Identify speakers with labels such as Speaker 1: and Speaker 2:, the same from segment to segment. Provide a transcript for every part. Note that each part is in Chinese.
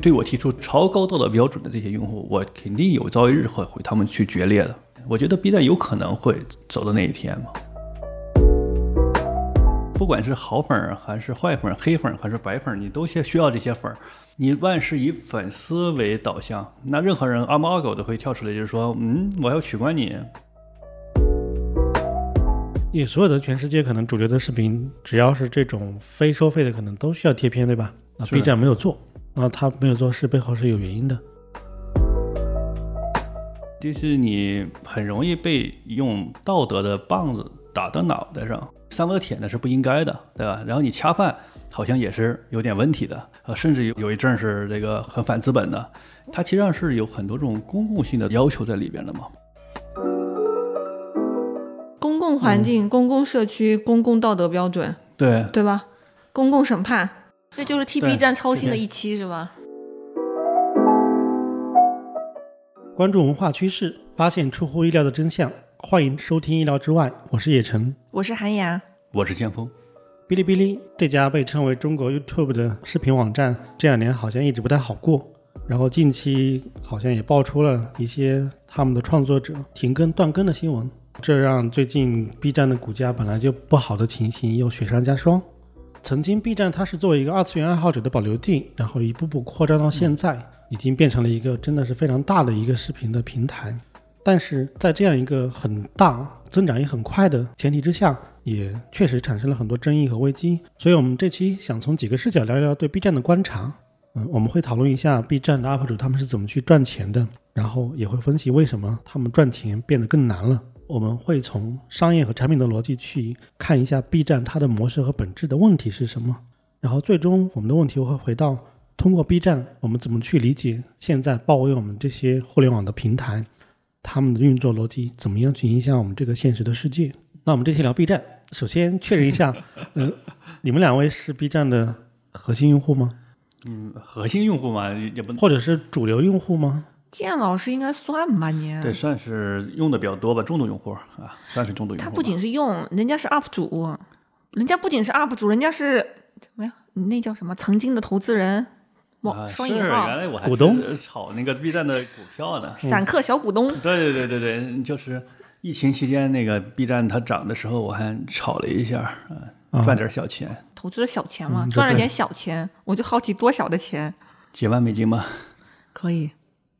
Speaker 1: 对我提出超高道德标准的这些用户，我肯定有朝一日会和他们去决裂的。我觉得 B 站有可能会走到那一天嘛。不管是好粉儿还是坏粉儿、黑粉儿还是白粉儿，你都需需要这些粉儿。你万事以粉丝为导向，那任何人阿猫阿狗都会跳出来，就是说，嗯，我要取关你。
Speaker 2: 你所有的全世界可能主流的视频，只要是这种非收费的，可能都需要贴片，对吧？啊
Speaker 1: 是的
Speaker 2: ，B 站没有做，那他没有做是背后是有原因的。
Speaker 1: 就是你很容易被用道德的棒子打到脑袋上，三伏的铁呢是不应该的，对吧？然后你恰饭好像也是有点问题的，呃，甚至有有一阵是这个很反资本的，它其实上是有很多这种公共性的要求在里边的嘛。
Speaker 3: 公共环境、公共社区、公共道德标准，
Speaker 1: 对，
Speaker 3: 对吧？公共审判，
Speaker 4: 这就是替
Speaker 1: 对
Speaker 4: B 站超新的
Speaker 1: 对
Speaker 4: 一期是吧？
Speaker 2: 关注文化趋势，发现出乎意料的真相。欢迎收听《意料之外》，我是叶晨。
Speaker 3: 我是韩牙，
Speaker 1: 我是剑锋，
Speaker 2: 哔哩哔哩这家被称为中国 YouTube 的视频网站，这两年好像一直不太好过。然后近期好像也爆出了一些他们的创作者停更断更的新闻，这让最近 B 站的股价本来就不好的情形又雪上加霜。曾经 B 站它是作为一个二次元爱好者的保留地，然后一步步扩张到现在，已经变成了一个真的是非常大的一个视频的平台。但是在这样一个很大、增长也很快的前提之下，也确实产生了很多争议和危机。所以，我们这期想从几个视角聊一聊对 B 站的观察。嗯，我们会讨论一下 B 站的 UP 主他们是怎么去赚钱的，然后也会分析为什么他们赚钱变得更难了。我们会从商业和产品的逻辑去看一下 B 站它的模式和本质的问题是什么，然后最终我们的问题会回到通过 B 站我们怎么去理解现在包围我们这些互联网的平台，他们的运作逻辑怎么样去影响我们这个现实的世界。那我们这期聊 B 站，首先确认一下， 嗯、你们两位是 B 站的核心用户吗？
Speaker 1: 嗯，核心用户嘛，也也不
Speaker 2: 或者是主流用户吗？
Speaker 3: 建老师应该算吧你？
Speaker 1: 对，算是用的比较多吧，重度用户啊，算是重度用户吧。
Speaker 3: 他不仅是用，人家是 UP 主，人家不仅是 UP 主，人家是怎么样？你那叫什么？曾经的投资人，
Speaker 1: 啊
Speaker 3: 哇，双
Speaker 1: 是啊
Speaker 3: 引
Speaker 1: 原
Speaker 3: 号，
Speaker 1: 来我还
Speaker 2: 股东
Speaker 1: 是炒那个 B 站的股票呢。
Speaker 3: 散客小股东。
Speaker 1: 对对对对对，就是疫情期间那个 B 站它涨的时候，我还炒了一下，
Speaker 2: 啊
Speaker 1: 啊，赚点小钱，
Speaker 3: 投资了小钱嘛，
Speaker 2: 嗯
Speaker 3: 赚了
Speaker 2: 对
Speaker 3: 点小钱，我就好奇多小的钱
Speaker 1: 几万美金吧。
Speaker 3: 可以。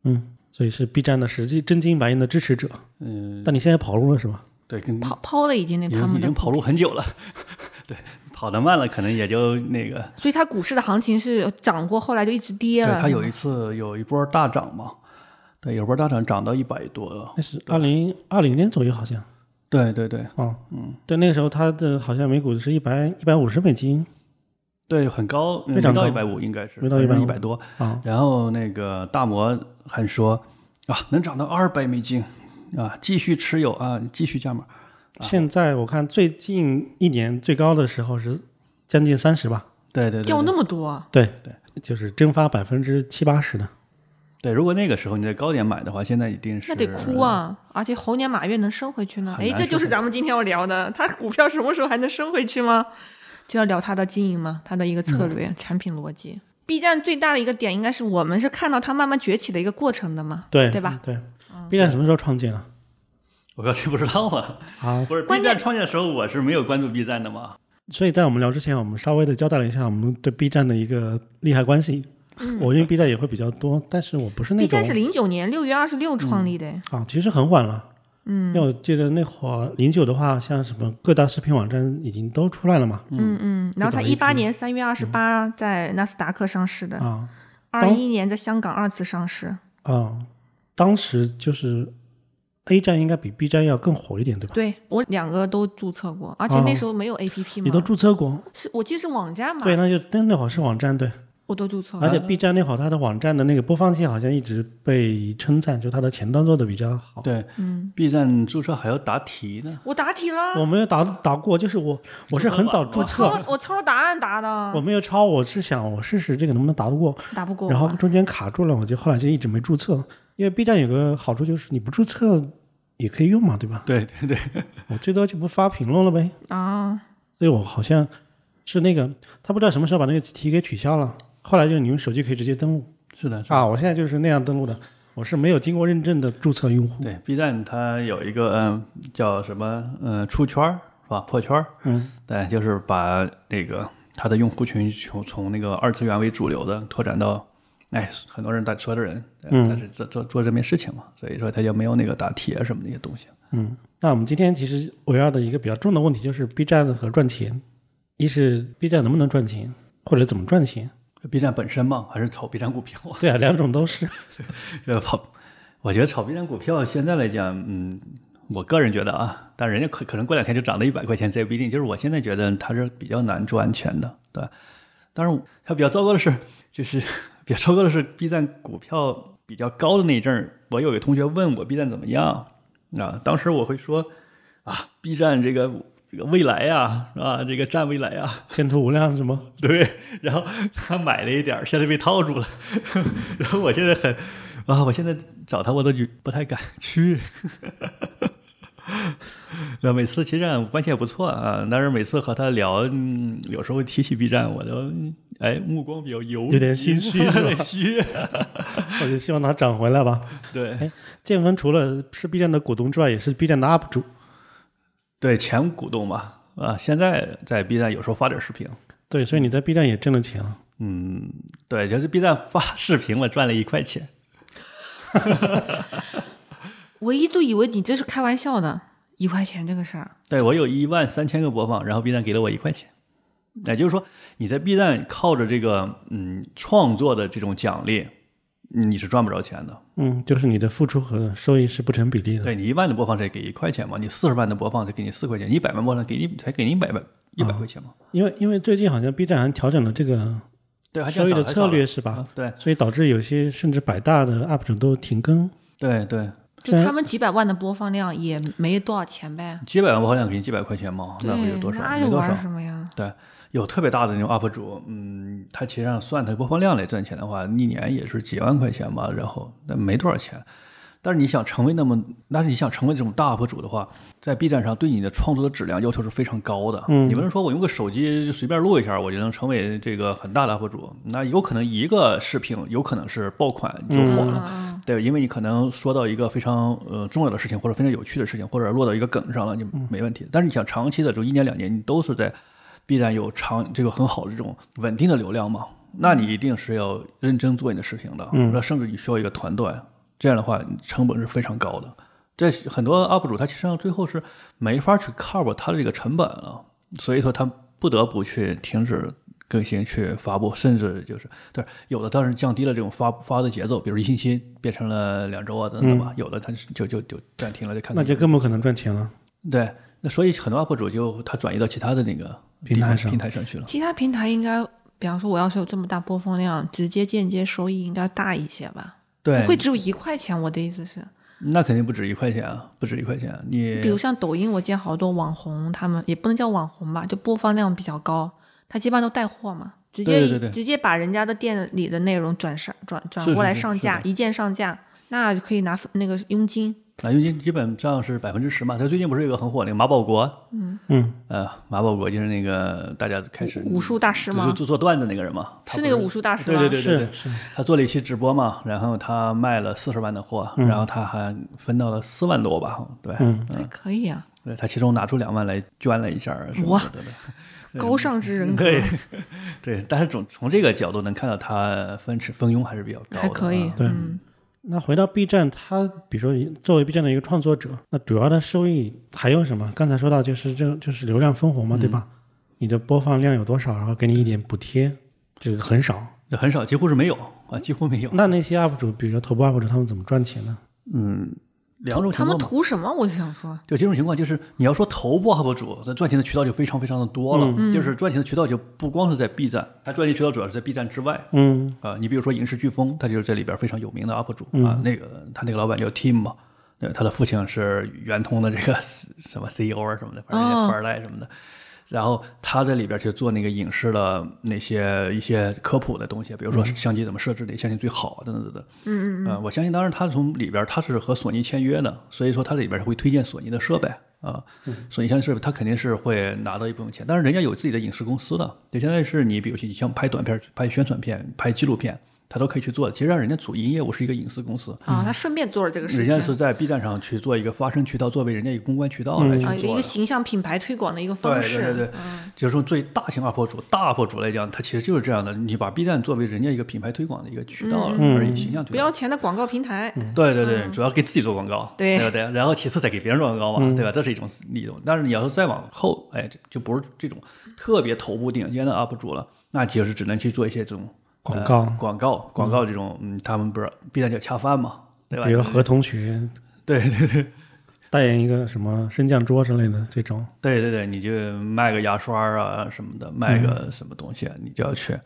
Speaker 2: 嗯，所以是 B 站的实际真金白银的支持者。
Speaker 1: 嗯，
Speaker 2: 但你现在跑路了是吧？
Speaker 1: 对，跟
Speaker 3: 抛抛了已经那
Speaker 1: 嗯已
Speaker 3: 他们
Speaker 1: 经已
Speaker 3: 的
Speaker 1: 经跑
Speaker 3: 股
Speaker 1: 路很久了， 对，跑得慢了，可能也就那个。
Speaker 3: 所以它股市的行情是涨过，后来就一直跌了。
Speaker 1: 对，它
Speaker 3: 是
Speaker 1: 有
Speaker 3: 吗
Speaker 1: 一次有一波大涨嘛，对，有波大涨，涨到一百多了。
Speaker 2: 那是二零二零年左右好像。
Speaker 1: 对对对
Speaker 2: 哦，
Speaker 1: 嗯，
Speaker 2: 对，那个时候它的好像每股是一百一百五十美金
Speaker 1: 对，很高，嗯
Speaker 2: 非
Speaker 1: 没
Speaker 2: 常
Speaker 1: 到
Speaker 2: 高
Speaker 1: 一百五应该是，
Speaker 2: 没到
Speaker 1: 一
Speaker 2: 150
Speaker 1: 百多。
Speaker 2: 啊，
Speaker 1: 然后那个大摩还说啊，能涨到二百美金啊，继续持有啊，继续加码。
Speaker 2: 现在我看最近一年最高的时候是将近三十吧，
Speaker 1: 对对对
Speaker 3: 掉
Speaker 1: 对
Speaker 3: 那么多，啊
Speaker 2: 对对，就是蒸发百分之七八十的。
Speaker 1: 对，如果那个时候你在高点买的话，现在一定是
Speaker 3: 那得哭！啊！而且猴年马月能升回去呢？
Speaker 1: 很
Speaker 3: 哎，
Speaker 1: 难
Speaker 3: 这就
Speaker 1: 升
Speaker 3: 是
Speaker 1: 回
Speaker 3: 咱们今天要聊的，它股票什么时候还能升回去吗？就要聊它的经营嘛，它的一个策
Speaker 2: 嗯
Speaker 3: 略、产品逻辑。B 站最大的一个点应该是我们是看到它慢慢崛起的一个过程的嘛，
Speaker 2: 对
Speaker 3: 对吧？嗯
Speaker 2: 对，B 站什么时候创建啊了？
Speaker 1: 我刚才不知道啊，
Speaker 2: 啊，
Speaker 1: 不是 B
Speaker 3: 关键
Speaker 1: 站创建的时候，我是没有关注 B 站的嘛。
Speaker 2: 所以在我们聊之前，我们稍微的交代了一下我们对 B 站的一个利害关系。我因为 B 站也会比较多，但是我不是那
Speaker 3: 嗯 B
Speaker 2: 种
Speaker 3: 站是零九年六月二十六创立的，
Speaker 2: 啊，其实很晚了。嗯，因为我记得那会儿零九的话，像什么各大视频网站已经都出来了嘛。
Speaker 3: 嗯嗯。然后它
Speaker 2: 就等
Speaker 3: 一
Speaker 2: 于
Speaker 3: 八
Speaker 2: 是嗯
Speaker 3: 年三月二十八在纳斯达克上市的，
Speaker 2: 啊
Speaker 3: 二一年在香港二次上市。
Speaker 2: 啊，当时就是 A 站应该比 B 站要更火一点，对吧？
Speaker 3: 对我两个都注册过，而且那时候没有 APP 嘛，
Speaker 2: 哦你都注册过？
Speaker 3: 是嗯我记得是网站嘛，
Speaker 2: 对，啊那就那那会儿是网站对，
Speaker 3: 我都注册
Speaker 2: 而
Speaker 3: 了。
Speaker 2: 且 B 站那会儿它的网站的那个播放器好像一直被称赞，就它的前端做的比较好。
Speaker 1: 对，
Speaker 3: 嗯，
Speaker 1: B 站注册还要答题呢。
Speaker 3: 我答题了，
Speaker 2: 我没有答答过，就是我我是很早注
Speaker 3: 我抄
Speaker 2: 册，
Speaker 3: 了我抄了答案答的，
Speaker 2: 我没有抄，我是想我试试这个能不能答得过，
Speaker 3: 答不过啊我。
Speaker 2: 然后中间卡住了，我就后来就一直没注册。因为 B 站有个好处就是你不注册也可以用嘛，对吧？
Speaker 1: 对对对，
Speaker 2: 我最多就不发评论了呗。
Speaker 3: 啊，
Speaker 2: 所以我好像是那个他不知道什么时候把那个题给取消了，后来就是你用手机可以直接登录，
Speaker 1: 是的，是的
Speaker 2: 啊，我现在就是那样登录的，我是没有经过认证的注册用户。
Speaker 1: 对 B 站它有一个嗯叫什么嗯出圈儿是吧？破圈儿，
Speaker 2: 嗯，
Speaker 1: 对，就是把这个它的用户群从从那个二次元为主流的拓展到，哎，很多人在说的人，对
Speaker 2: 嗯
Speaker 1: 但是做做做这件事情嘛，所以说它就没有那个打铁什么那些东西。
Speaker 2: 嗯，那我们今天其实围绕的一个比较重的问题就是 B 站和赚钱，一是 B 站能不能赚钱，或者怎么赚钱？
Speaker 1: B 站本身嘛，还是炒 B 站股票啊？
Speaker 2: 对啊，两种都是。
Speaker 1: 这跑，我觉得炒 B 站股票现在来讲，嗯，我个人觉得啊，但人家可可能过两天就涨到一百块钱，这也不一定。就是我现在觉得它是比较难赚钱的，对。但是它比较糟糕的是，就是比较糟糕的是，B 站股票比较高的那一阵儿，我有一个同学问我 B 站怎么样啊，当时我会说啊，B 站这个这个未来呀、啊是吧？这个站未来啊呀、
Speaker 2: 前途无量是吗？
Speaker 1: 对，然后他买了一点儿，现在被套住了。 然后我现在很啊，我现在找他我都觉不太敢去。 那每次其实俺关系也不错啊，但是每次和他聊，嗯、有时候提起 B 站，我都嗯哎目光比较游移，
Speaker 2: 有点心虚是吧
Speaker 1: 很虚。
Speaker 2: 我就希望它涨回来吧。
Speaker 1: 对
Speaker 2: 哎建锋除了是 B 站的股东之外，也是 B 站的 UP 主。
Speaker 1: 对，前股东嘛啊，现在在 B 站有时候发点视频，
Speaker 2: 对，所以你在 B 站也挣了钱了。
Speaker 1: 嗯，对，就是 B 站发视频我赚了一块钱。
Speaker 3: 我一度以为你这是开玩笑的，一块钱这个事儿，
Speaker 1: 对我有一万三千个播放，然后 B 站给了我一块钱，也就是说你在 B 站靠着这个嗯创作的这种奖励，你是赚不着钱的。
Speaker 2: 嗯，就是你的付出和收益是不成比例的。
Speaker 1: 对你一万的播放才给一块钱嘛，你四十万的播放才给你四块钱，你一百万播放给你才给你一百万一百块钱嘛。
Speaker 2: 因为因为最近好像 B 站还调整了这个
Speaker 1: 对，还这
Speaker 2: 收
Speaker 1: 样少
Speaker 2: 益的
Speaker 1: 还
Speaker 2: 策
Speaker 1: 少
Speaker 2: 略
Speaker 1: 了
Speaker 2: 是吧？
Speaker 1: 啊？对
Speaker 2: 所以导致有些甚至百大的 UP 主都停更。
Speaker 1: 对对，
Speaker 3: 就他们几百万的播放量也没多少钱呗。
Speaker 1: 几百万播放量给你几百块钱嘛，
Speaker 3: 对
Speaker 1: 那，会有多少？
Speaker 3: 那
Speaker 1: 没
Speaker 3: 又
Speaker 1: 多少
Speaker 3: 玩。什么呀？
Speaker 1: 有特别大的那种 UP 主，嗯，他其实上算他播放量来赚钱的话，一年也是几万块钱吧，然后那没多少钱。但是你想成为那么，但是你想成为这种大 UP 主的话，在 B 站上对你的创作的质量要求是非常高的。
Speaker 2: 嗯
Speaker 1: 你不能说我用个手机就随便录一下，我就能成为这个很大的 UP 主，那有可能一个视频有可能是爆款就火了。
Speaker 3: 嗯
Speaker 1: 对，因为你可能说到一个非常呃重要的事情，或者非常有趣的事情，或者落到一个梗上了，你没问题。但是你想长期的，就一年两年，你都是在 B 站有长这个很好的这种稳定的流量嘛，那你一定是要认真做你的事情的，
Speaker 2: 嗯
Speaker 1: 那甚至你需要一个团队，这样的话你成本是非常高的。这是很多 UP 主他其实上最后是没法去 cover 他的这个成本了，所以说他不得不去停止更新、去发布，甚至就是对有的当然降低了这种发发的节奏，比如一星期变成了两周啊等等吧，有的他是就就就暂停了，就看
Speaker 2: 嗯那就更不可能赚钱了。
Speaker 1: 对。那所以很多 UP 主就他转移到其他的那个
Speaker 2: 平
Speaker 1: 地
Speaker 2: 台
Speaker 1: 方
Speaker 2: 上
Speaker 1: 平台上去了。
Speaker 3: 其他平台应该，比方说我要是有这么大播放量，直接间接收益应该大一些吧？
Speaker 1: 对
Speaker 3: 不，会只有一块钱。我的意思是，
Speaker 1: 那肯定不止一块钱啊，不止一块钱啊。你
Speaker 3: 比如像抖音，我见好多网红，他们也不能叫网红吧，就播放量比较高，他基本上都带货嘛，直接
Speaker 1: 对对对
Speaker 3: 直接把人家的店里的内容转上转转
Speaker 1: 是
Speaker 3: 过来
Speaker 1: 是
Speaker 3: 上
Speaker 1: 是
Speaker 3: 架，
Speaker 1: 的
Speaker 3: 一键上架，那就可以拿那个佣金。
Speaker 1: 那佣金基本上是百分之十嘛。他最近不是有一个很火那个马保国，
Speaker 2: 嗯，
Speaker 1: 呃，马保国就是那个大家开始
Speaker 3: 武术大师
Speaker 1: 就
Speaker 3: 吗
Speaker 1: 做？做做段子那个人嘛，他
Speaker 3: 是
Speaker 1: 不
Speaker 3: 那个武术大师
Speaker 1: 对
Speaker 3: 吗？
Speaker 1: 对对对
Speaker 2: 是
Speaker 1: 对，
Speaker 2: 是，
Speaker 1: 他做了一期直播嘛，然后他卖了四十万的货，然后他还分到了四万多吧，对，
Speaker 2: 嗯
Speaker 3: 还可以啊，
Speaker 1: 对他其中拿出两万来捐了一下儿什么
Speaker 3: 哇
Speaker 1: 的，对对
Speaker 3: 高尚之人格。
Speaker 1: 对对，但是从从这个角度能看到他分持蜂拥还是比较高的，
Speaker 3: 还可以
Speaker 1: 啊，
Speaker 2: 对
Speaker 3: 嗯，
Speaker 2: 那回到 B 站，它比如说作为 B 站的一个创作者，那主要的收益还有什么？刚才说到就是这就是流量分红嘛，对吧？
Speaker 1: 嗯
Speaker 2: 你的播放量有多少，然后给你一点补贴，这个很少。
Speaker 1: 就很少，几乎是没有啊，几乎没有，
Speaker 2: 那那些 UP 主，比如说头部 UP 主，他们怎么赚钱呢？
Speaker 1: 嗯，两种
Speaker 3: 他
Speaker 1: 情况
Speaker 3: 们
Speaker 1: 吧
Speaker 3: 图什么？我就想说，
Speaker 1: 就这种情况，就是你要说头部 UP 主，他赚钱的渠道就非常非常的多了，
Speaker 3: 嗯
Speaker 1: 就是赚钱的渠道就不光是在 B 站，他赚钱渠道主要是在 B 站之外
Speaker 2: 嗯
Speaker 1: 啊、你比如说影视飓风，他就是这里边非常有名的 UP 主、啊，那个他那个老板叫 Tim 嘛，对，他的父亲是圆通的这个 什么 CEO 啊什么的，反正也
Speaker 3: 哦
Speaker 1: 富二代什么的。然后他在里边去做那个影视的那些一些科普的东西，比如说相机怎么设置的，相机最好啊等等等等。
Speaker 3: 嗯嗯，
Speaker 1: 呃，我相信，当然他从里边儿他是和索尼签约的，所以说他里边儿会推荐索尼的设备啊，
Speaker 3: 嗯
Speaker 1: 索尼相关设备他肯定是会拿到一部分钱，但是人家有自己的影视公司的，对，现在是你比如说你像拍短片儿、拍宣传片、拍纪录片，他都可以去做的。其实让人家主营业务是一个影视公司，
Speaker 3: 啊，他顺便做了这个
Speaker 1: 嗯
Speaker 3: 事
Speaker 1: 人
Speaker 3: 情啊
Speaker 1: 家，是在 B 站上去做一个发声渠道，作为人家一个公关渠道来去
Speaker 3: 啊，
Speaker 1: 做
Speaker 3: 一
Speaker 1: 的。
Speaker 3: 个一个形象品牌推广的一个方式，
Speaker 1: 对对对对
Speaker 3: 嗯
Speaker 1: 就是说，最大型 UP 主、大 UP 主来讲，它其实就是这样的。你把 B 站作为人家一个品牌推广的一个渠道了
Speaker 2: 嗯
Speaker 1: 而已，形象
Speaker 3: 不
Speaker 1: 推
Speaker 3: 要
Speaker 1: 广。
Speaker 3: 钱的广告平台，
Speaker 1: 对对对，主要给自己做广告，
Speaker 3: 对
Speaker 1: 对对，然后其次再给别人做广告嘛，
Speaker 2: 嗯
Speaker 1: 对吧？这是一种利用。但是你要是再往后，哎，这就不是这种特别头部顶尖的 UP 主了，那就是只能去做一些这种
Speaker 2: 广
Speaker 1: 呃
Speaker 2: 告，
Speaker 1: 广告、广告这种，嗯，他们不是 B 站叫恰饭嘛，对吧
Speaker 2: 比？如何同学
Speaker 1: 对对对
Speaker 2: 代言一个什么升降桌之类的这种，
Speaker 1: 对对对，你就卖个牙刷啊什么的，卖个
Speaker 2: 嗯
Speaker 1: 什么东西啊，你就要去，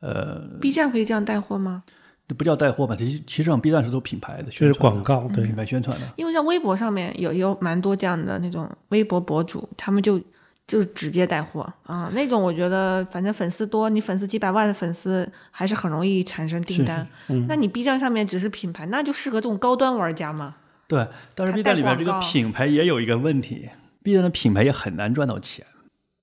Speaker 1: 呃，
Speaker 3: B 站可以这样带货吗？
Speaker 1: 这不叫带货吧？其实其实上 B 站是做品牌的
Speaker 2: 就
Speaker 1: 宣
Speaker 2: 是
Speaker 1: 传的，嗯
Speaker 2: 广告，对
Speaker 1: 品，牌宣传的。
Speaker 3: 因为像微博上面有有蛮多这样的那种微博博主，他们就就直接带货啊、那种我觉得反正粉丝多，你粉丝几百万的粉丝还是很容易产生订单。
Speaker 1: 嗯
Speaker 3: 那你 B 站上面只是品牌，那就适合这种高端玩家嘛？
Speaker 1: 对，但是
Speaker 3: 它
Speaker 1: B 站
Speaker 3: 带
Speaker 1: 里面
Speaker 3: 广
Speaker 1: 这个
Speaker 3: 告
Speaker 1: 品牌也有一个问题，B 站的品牌也很难赚到钱。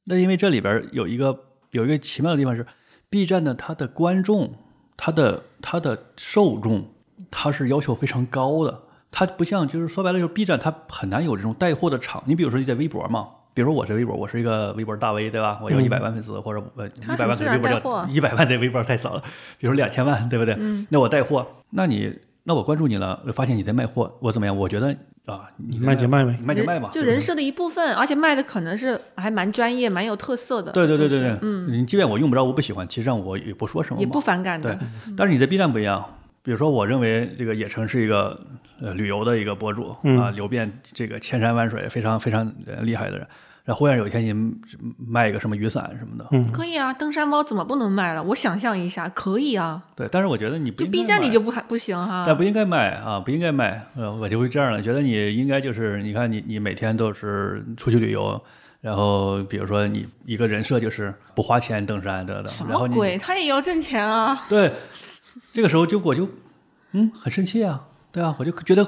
Speaker 1: 那因为这里边有一个有一个奇妙的地方是，B 站的它的观众、它的它的受众，它是要求非常高的。它不像就是说白了就是 B 站，它很难有这种带货的场。你比如说你在微博嘛，比如说我是微博，我是一个微博大 V 对吧？我有一百万粉丝、或者呃
Speaker 3: 嗯它
Speaker 1: 一百
Speaker 3: 很
Speaker 1: 万
Speaker 3: 自
Speaker 1: 在微
Speaker 3: 然
Speaker 1: 博
Speaker 3: 带货嗯
Speaker 1: 叫一百万在微博太少了，比如两千万对不对？那我带货，那你那我关注你了，发现你在卖货，我怎么样？我觉得啊，你
Speaker 2: 卖就卖呗
Speaker 1: 你卖就卖嘛，
Speaker 3: 就
Speaker 1: 对不对
Speaker 3: 人设的一部分，而且卖的可能是还蛮专业、蛮有特色的。
Speaker 1: 对对对对
Speaker 3: 就是
Speaker 1: 对，嗯，你即便我用不着，我不喜欢，其实上我也不说什么嘛，
Speaker 3: 也不反感
Speaker 1: 对
Speaker 3: 的。，
Speaker 1: 但是你在 B 站不一样，比如说我认为这个野城是一个呃旅游的一个博主啊，流遍这个千山万水，非常非常呃厉害的人。然后忽然有一天，你卖一个什么雨伞什么的，
Speaker 3: 可以啊，登山包怎么不能卖了？我想象一下，可以啊，
Speaker 1: 对。但是我觉得你不
Speaker 3: 就
Speaker 1: 应
Speaker 3: B
Speaker 1: 该
Speaker 3: 站你
Speaker 1: 卖
Speaker 3: 就不还不行哈、
Speaker 1: 但不应该卖啊，不应该卖。呃，我就会这样了，觉得你应该就是，你看你你每天都是出去旅游，然后比如说你一个人设就是不花钱登山等等
Speaker 3: 什，
Speaker 1: 然后
Speaker 3: 么
Speaker 1: 你
Speaker 3: 鬼？他也要挣钱啊！
Speaker 1: 对，这个时候就我就嗯很生气啊，对啊，我就觉得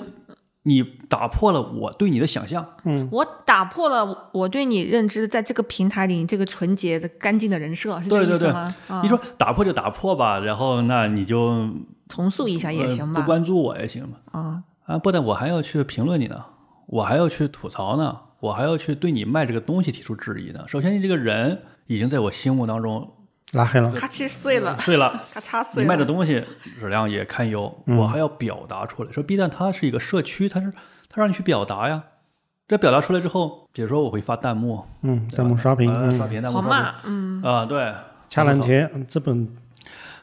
Speaker 1: 你打破了我对你的想象，
Speaker 3: 我打破了我对你认知，在这个平台里你这个纯洁的、干净的人设，是这
Speaker 1: 对
Speaker 3: 个
Speaker 1: 对
Speaker 3: 意
Speaker 1: 对
Speaker 3: 思吗？啊
Speaker 1: 你说打破就打破吧，然后那你就
Speaker 3: 重塑一下也
Speaker 1: 呃
Speaker 3: 行
Speaker 1: 不
Speaker 3: 吧？
Speaker 1: 关注我也行吧？
Speaker 3: 啊，
Speaker 1: 啊，不但我还要去评论你呢，我还要去吐槽呢，我还要去对你卖这个东西提出质疑呢。首先，你这个人已经在我心目当 中
Speaker 2: 拉黑了，
Speaker 3: 咔嚓碎了，
Speaker 1: 碎了，
Speaker 3: 咔嚓碎
Speaker 1: 呃你卖的
Speaker 3: 了。
Speaker 1: 东西质量也堪忧，
Speaker 2: 嗯
Speaker 1: 我还要表达出来。说 B 站它是一个社区，它是它让你去表达呀。这表达出来之后，比如说我会发弹幕，
Speaker 2: 嗯，弹幕刷屏，
Speaker 1: 呃、刷
Speaker 2: 嗯，
Speaker 1: 屏弹幕刷
Speaker 3: 好
Speaker 1: 屏
Speaker 3: 嘛，嗯，
Speaker 1: 啊，对，
Speaker 2: 掐拦截，嗯资本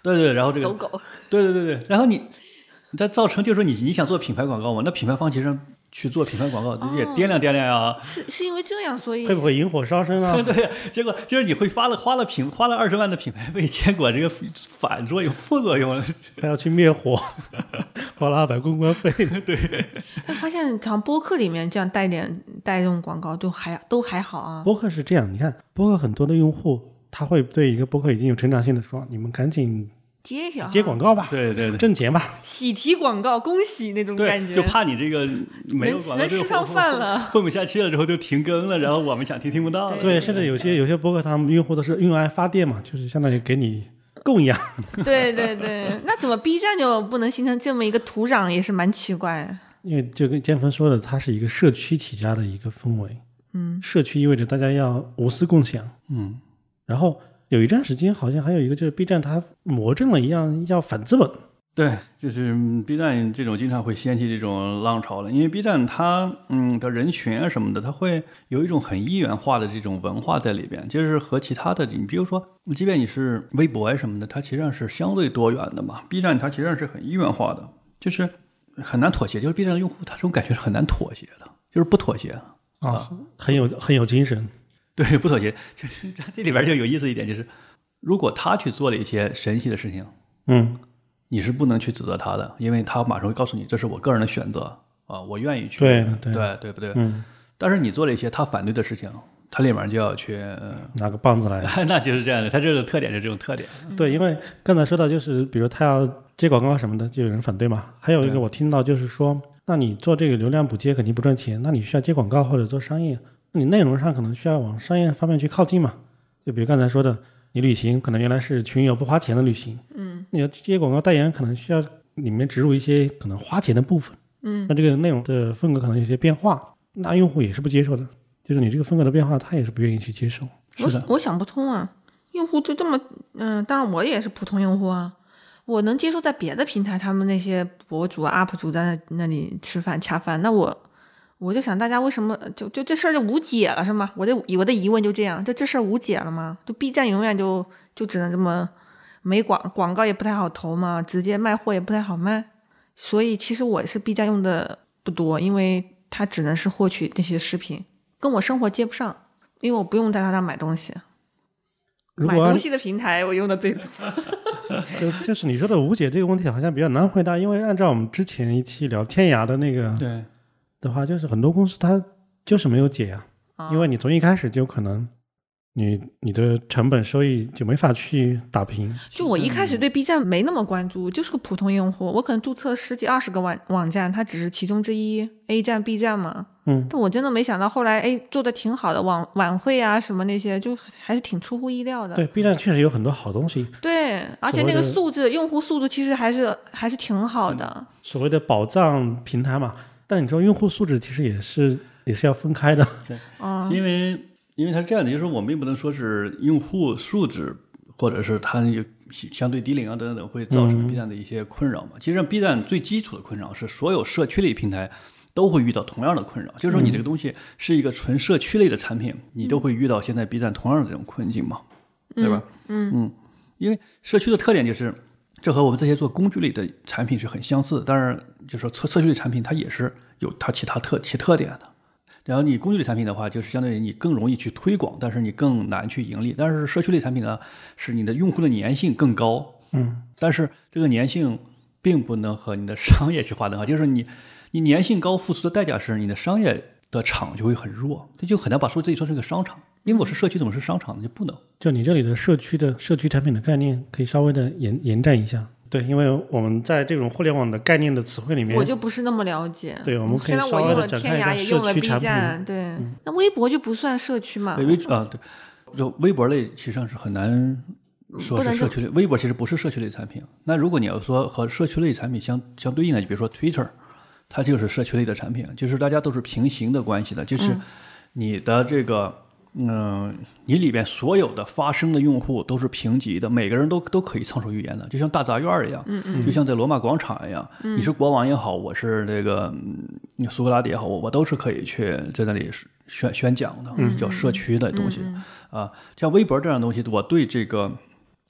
Speaker 1: 对对，然后这个
Speaker 3: 走狗，
Speaker 1: 对对对对，然后你，你再造成就是说你你想做品牌广告嘛，那品牌方其实去做品牌广告
Speaker 3: 哦
Speaker 1: 也掂量掂量呀、
Speaker 3: 是是因为这样，所以
Speaker 2: 会不会引火烧身啊？
Speaker 1: 对，结果就是你会花了花了品花了二十万的品牌费，结果这个反作用副作用，
Speaker 2: 他要去灭火，花了二百公关费，
Speaker 3: 哎发现像播客里面这样带点带这种广告，就还都还好啊。
Speaker 2: 播客是这样，你看播客很多的用户，他会对一个播客已经有成长性的说，你们赶紧
Speaker 3: 接一下哈啊
Speaker 2: 接广告吧，
Speaker 1: 对对对
Speaker 2: 挣钱吧，
Speaker 3: 喜提广告，恭喜那种感
Speaker 1: 对，就
Speaker 3: 觉，
Speaker 1: 怕你这个没有
Speaker 3: 能
Speaker 1: 广告
Speaker 3: 能
Speaker 1: 这个
Speaker 3: 吃上
Speaker 1: 混
Speaker 3: 饭了，
Speaker 1: 混不下去了之后就停更了，然后我们想听听不到了，
Speaker 3: 对
Speaker 2: 对，甚至有些有些播客他们用户都是用来发电嘛，就是相当于给你供养，
Speaker 3: 对对对，那怎么 B 站就不能形成这么一个土壤，也是蛮奇怪。啊
Speaker 2: 因为就跟建峰说的，它是一个社区起家的一个氛围，
Speaker 3: 嗯，
Speaker 2: 社区意味着大家要无私共享，
Speaker 1: 嗯，
Speaker 2: 然后。有一段时间，好像还有一个就是 B 站，它魔怔了一样，要反资本。
Speaker 1: 对，就是嗯 B 站这种经常会掀起这种浪潮了，因为 B 站它嗯的人群啊什么的，它会有一种很一元化的这种文化在里边，就是和其他的你比如说，即便你是微博啊什么的，它其实上是相对多元的嘛，B 站它其实上是很一元化的，就是很难妥协，就是 B 站的用户他这种感觉是很难妥协的，就是不妥协，
Speaker 2: 啊，很有很有精神，
Speaker 1: 对，不妥协。 这这这里边就有意思一点就是，如果他去做了一些神奇的事情，
Speaker 2: 嗯，
Speaker 1: 你是不能去指责他的，因为他马上会告诉你，这是我个人的选择啊，我愿意去，
Speaker 2: 对
Speaker 1: 对
Speaker 2: 对
Speaker 1: 对不对？
Speaker 2: 嗯，
Speaker 1: 但是你做了一些他反对的事情，他立马就要去，呃
Speaker 2: 拿个棒子来，
Speaker 1: 那就是这样的。他这个特点是这种特点，
Speaker 3: 嗯
Speaker 2: 对，因为刚才说到就是，比如他要接广告什么的，就有人反对嘛。还有一
Speaker 1: 对
Speaker 2: 个我听到就是说，那你做这个流量补贴肯定不赚钱，那你需要接广告或者做商业，那你内容上可能需要往商业方面去靠近嘛。就比如刚才说的，你旅行可能原来是群游不花钱的旅行，嗯，你要接广告代言，可能需要里面植入一些可能花钱的部分。
Speaker 3: 嗯
Speaker 2: 那这个内容的风格可能有些变化，那用户也是不接受的，就是你这个风格的变化，他也是不愿意去接受。
Speaker 1: 是
Speaker 3: 我
Speaker 1: 的，
Speaker 3: 我想不通啊，用户就这么，嗯、当然我也是普通用户啊，我能接受在别的平台他们那些博主啊、UP 主在那那里吃饭恰饭，那我我就想大家为什么就就这事儿就无解了是吗？我的我的疑问就这样，这这事儿无解了吗？就 B 站永远就就只能这么没广广告也不太好投嘛，直接卖货也不太好卖，所以其实我是 B 站用的不多，因为它只能是获取那些视频，跟我生活接不上。因为我不用在他那买东西，
Speaker 2: 如
Speaker 3: 买
Speaker 2: 果按
Speaker 3: 东西的平台我用的最多。
Speaker 2: 就就是你说的无解这个问题，好像比较难回答，因为按照我们之前一期聊天涯的那个
Speaker 1: 对，
Speaker 2: 的话，就是很多公司它就是没有解呀、
Speaker 3: 啊
Speaker 2: 因为你从一开始就可能你你的成本收益就没法去打平。
Speaker 3: 就我一开
Speaker 2: 嗯
Speaker 3: 始对 B 站没那么关注，就是个普通用户，我可能注册十几二十个网网站，它只是其中之一，A 站、B 站嘛。
Speaker 2: 嗯，
Speaker 3: 但我真的没想到后来，哎，做的挺好的，晚晚会啊什么那些，就还是挺出乎意料的。
Speaker 2: 对，B 站确实有很多好东西，
Speaker 3: 对而且那个
Speaker 2: 所谓的
Speaker 3: 素质，用户素质其实还是还是挺好的。
Speaker 2: 所谓的保障平台嘛。但你说用户素质其实也是也是要分开的，
Speaker 1: 因为因为它是这样的，就是我们也不能说是用户素质或者是它有相对低龄啊等等会造成 B 站的一些困扰嘛。其实 B 站最基础的困扰是所有社区类平台。都会遇到同样的困扰，就是说你这个东西是一个纯社区类的产品，你都会遇到现在 B 站同样的这种困境嘛，对吧？嗯因为社区的特点就是，这和我们这些做工具类的产品是很相似的。当然，就是说社社区类产品它也是有它其他特其特点的。然后你工具类产品的话，就是相对于你更容易去推广，但是你更难去盈利。但是社区类产品呢，是你的用户的粘性更高，
Speaker 2: 嗯，
Speaker 1: 但是这个粘性并不能和你的商业去划等号，就是你你粘性高付出的代价是你的商业的场就会很弱，这就很难把说自己说成一个商场，因为我是社区，怎么是商场呢？就不能。
Speaker 2: 就你这里的社区的社区产品的概念，可以稍微的延延展一下。对，因为我们在这种互联网的概念的词汇里面，
Speaker 3: 我就不是那么了解。
Speaker 2: 嗯
Speaker 3: 嗯
Speaker 2: 对我们可以
Speaker 3: 虽然我
Speaker 2: 稍微
Speaker 3: 用
Speaker 2: 地
Speaker 3: 了
Speaker 2: 展
Speaker 3: 天
Speaker 2: 开一下
Speaker 3: 涯，也用了
Speaker 2: 社区
Speaker 3: B
Speaker 2: 产品嗯
Speaker 3: 站，对，那微博就不算社区嘛？
Speaker 1: 对微啊对，就微博类其实上是很难嗯说
Speaker 3: 不
Speaker 1: 是
Speaker 3: 能
Speaker 1: 社
Speaker 3: 就
Speaker 1: 区类，微博其实不是社区类产品。那如果你要说和社区类产品相相对应的，就比如说 Twitter，它就是社区类的产品，就是大家都是平行的关系的，就是你的这个。嗯你里边所有的发声的用户都是平级的，每个人都都可以畅所欲言的，就像大杂院儿一样，嗯嗯就像在罗马广场一样，你是国王也好，我是这个嗯苏格拉底也好，我我都是可以去在那里宣宣讲的，叫社区的东西。啊，像微博这样的东西，我对这个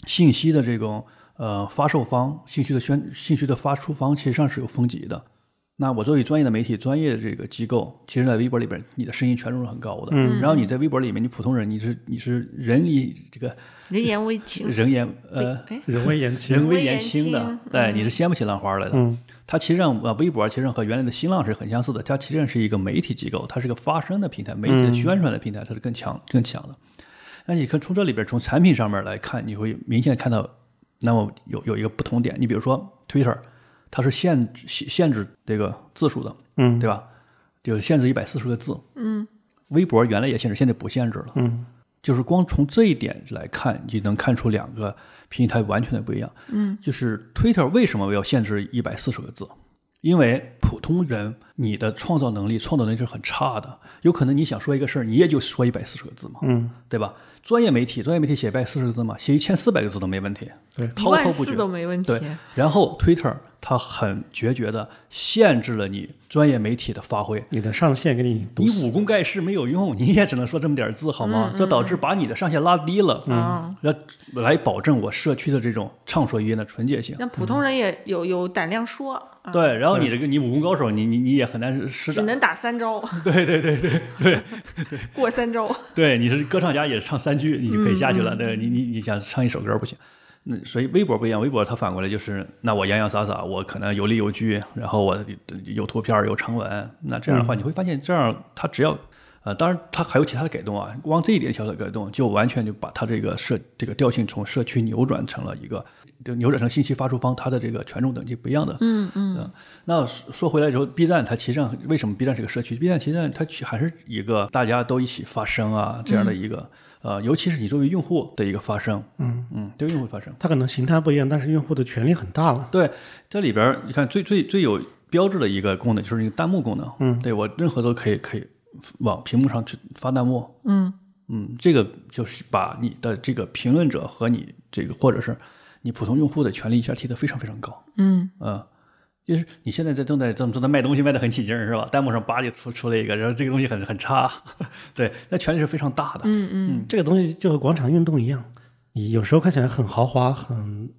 Speaker 1: 信息的这种呃发售方、信息的宣、信息的发出方，其实上是有分级的。那我作为专业的媒体、专业的这个机构，其实在微博里边，你的声音权重是很高的。嗯，然后你在微博里面，你普通人，你是你是人以这个
Speaker 3: 人言为情。
Speaker 1: 人言呃
Speaker 3: 嗯哎，
Speaker 2: 人微言轻。
Speaker 1: 人微
Speaker 3: 微
Speaker 1: 言
Speaker 3: 言
Speaker 1: 轻的
Speaker 3: 轻，
Speaker 1: 对，你是掀不起浪花来的。
Speaker 2: 嗯，
Speaker 1: 它其实上呃，微博其实上和原来的新浪是很相似的，它其实上是一个媒体机构，它是个发声的平台，媒体的宣传的平台，它是更
Speaker 2: 嗯
Speaker 1: 强更强的。那你看从这里边，从产品上面来看，你会明显看到，那么有有一个不同点。你比如说 Twitter，它是限制限限制这个字数的，
Speaker 2: 嗯，
Speaker 1: 对吧？就是限制一百四十个字。
Speaker 3: 嗯，
Speaker 1: 微博原来也限制，现在不限制了。
Speaker 2: 嗯，
Speaker 1: 就是光从这一点来看，你就能看出两个平台完全的不一样。嗯，就是 Twitter 为什么要限制一百四十个字？因为普通人你的创造能力、创造能力是很差的，有可能你想说一个事儿，你也就说一百四十个字嘛，
Speaker 2: 嗯，
Speaker 1: 对吧？专业媒体，专业媒体写一百四十个字嘛，写一千四百个字都没问题，
Speaker 2: 对
Speaker 3: 一
Speaker 1: 滔滔
Speaker 3: 万
Speaker 1: 不绝
Speaker 3: 四都没问题。
Speaker 1: 对，然后 Twitter 它很决绝的限制了你专业媒体的发挥，
Speaker 2: 你的上限给你堵
Speaker 1: 你
Speaker 2: 死。
Speaker 1: 武功盖世没有用，你也只能说这么点儿字好吗？这导致把你的上限拉低了，
Speaker 3: 啊、
Speaker 1: 然后来保证我社区的这种畅所欲言的纯洁性。
Speaker 3: 那普通人也有有胆量说，啊、
Speaker 1: 对，然后你这个你武功高手，你你你也很难施
Speaker 3: 只
Speaker 1: 展。
Speaker 3: 能打三招，
Speaker 1: 对对对对对
Speaker 3: 过三招。
Speaker 1: 对，你是歌唱家也唱三句，你就可以下去了。对，你你你想唱一首歌不行。那所以微博不一样，微博它反过来就是，那我洋洋洒洒，我可能有理有据，然后我有图片儿有成文。那这样的话，你会发现这样它只要呃，当然它还有其他的改动啊，光这一点小小的改动就完全就把它这个社这个调性从社区扭转成了一个，就扭转成信息发出方它的这个权重等级不一样的。
Speaker 3: 嗯嗯
Speaker 1: 嗯那说说回来之后，B 站它其实上为什么 B 站是个社区？B 站其实上它其还是一个大家都一起发声啊这样的一个、呃，尤其是你作为用户的一个发声，
Speaker 2: 嗯
Speaker 1: 嗯，对用户发声。
Speaker 2: 它可能形态不一样，但是用户的权利很大了。
Speaker 1: 对，这里边儿你看最最最有标志的一个功能就是那个弹幕功能。
Speaker 2: 嗯
Speaker 1: 对我任何都可以可以往屏幕上去发弹幕。
Speaker 3: 嗯
Speaker 1: 嗯，这个就是把你的这个评论者和你这个或者是你普通用户的权利一下提得非常非常高。
Speaker 3: 嗯，
Speaker 1: 嗯，就是你现在在正在正正在卖东西卖得很起劲儿是吧？弹幕上叭就出出来一个，然后这个东西很很差， 对，那权利是非常大的。
Speaker 3: 嗯嗯
Speaker 2: 这个东西就和广场运动一样，你有时候看起来很豪华、很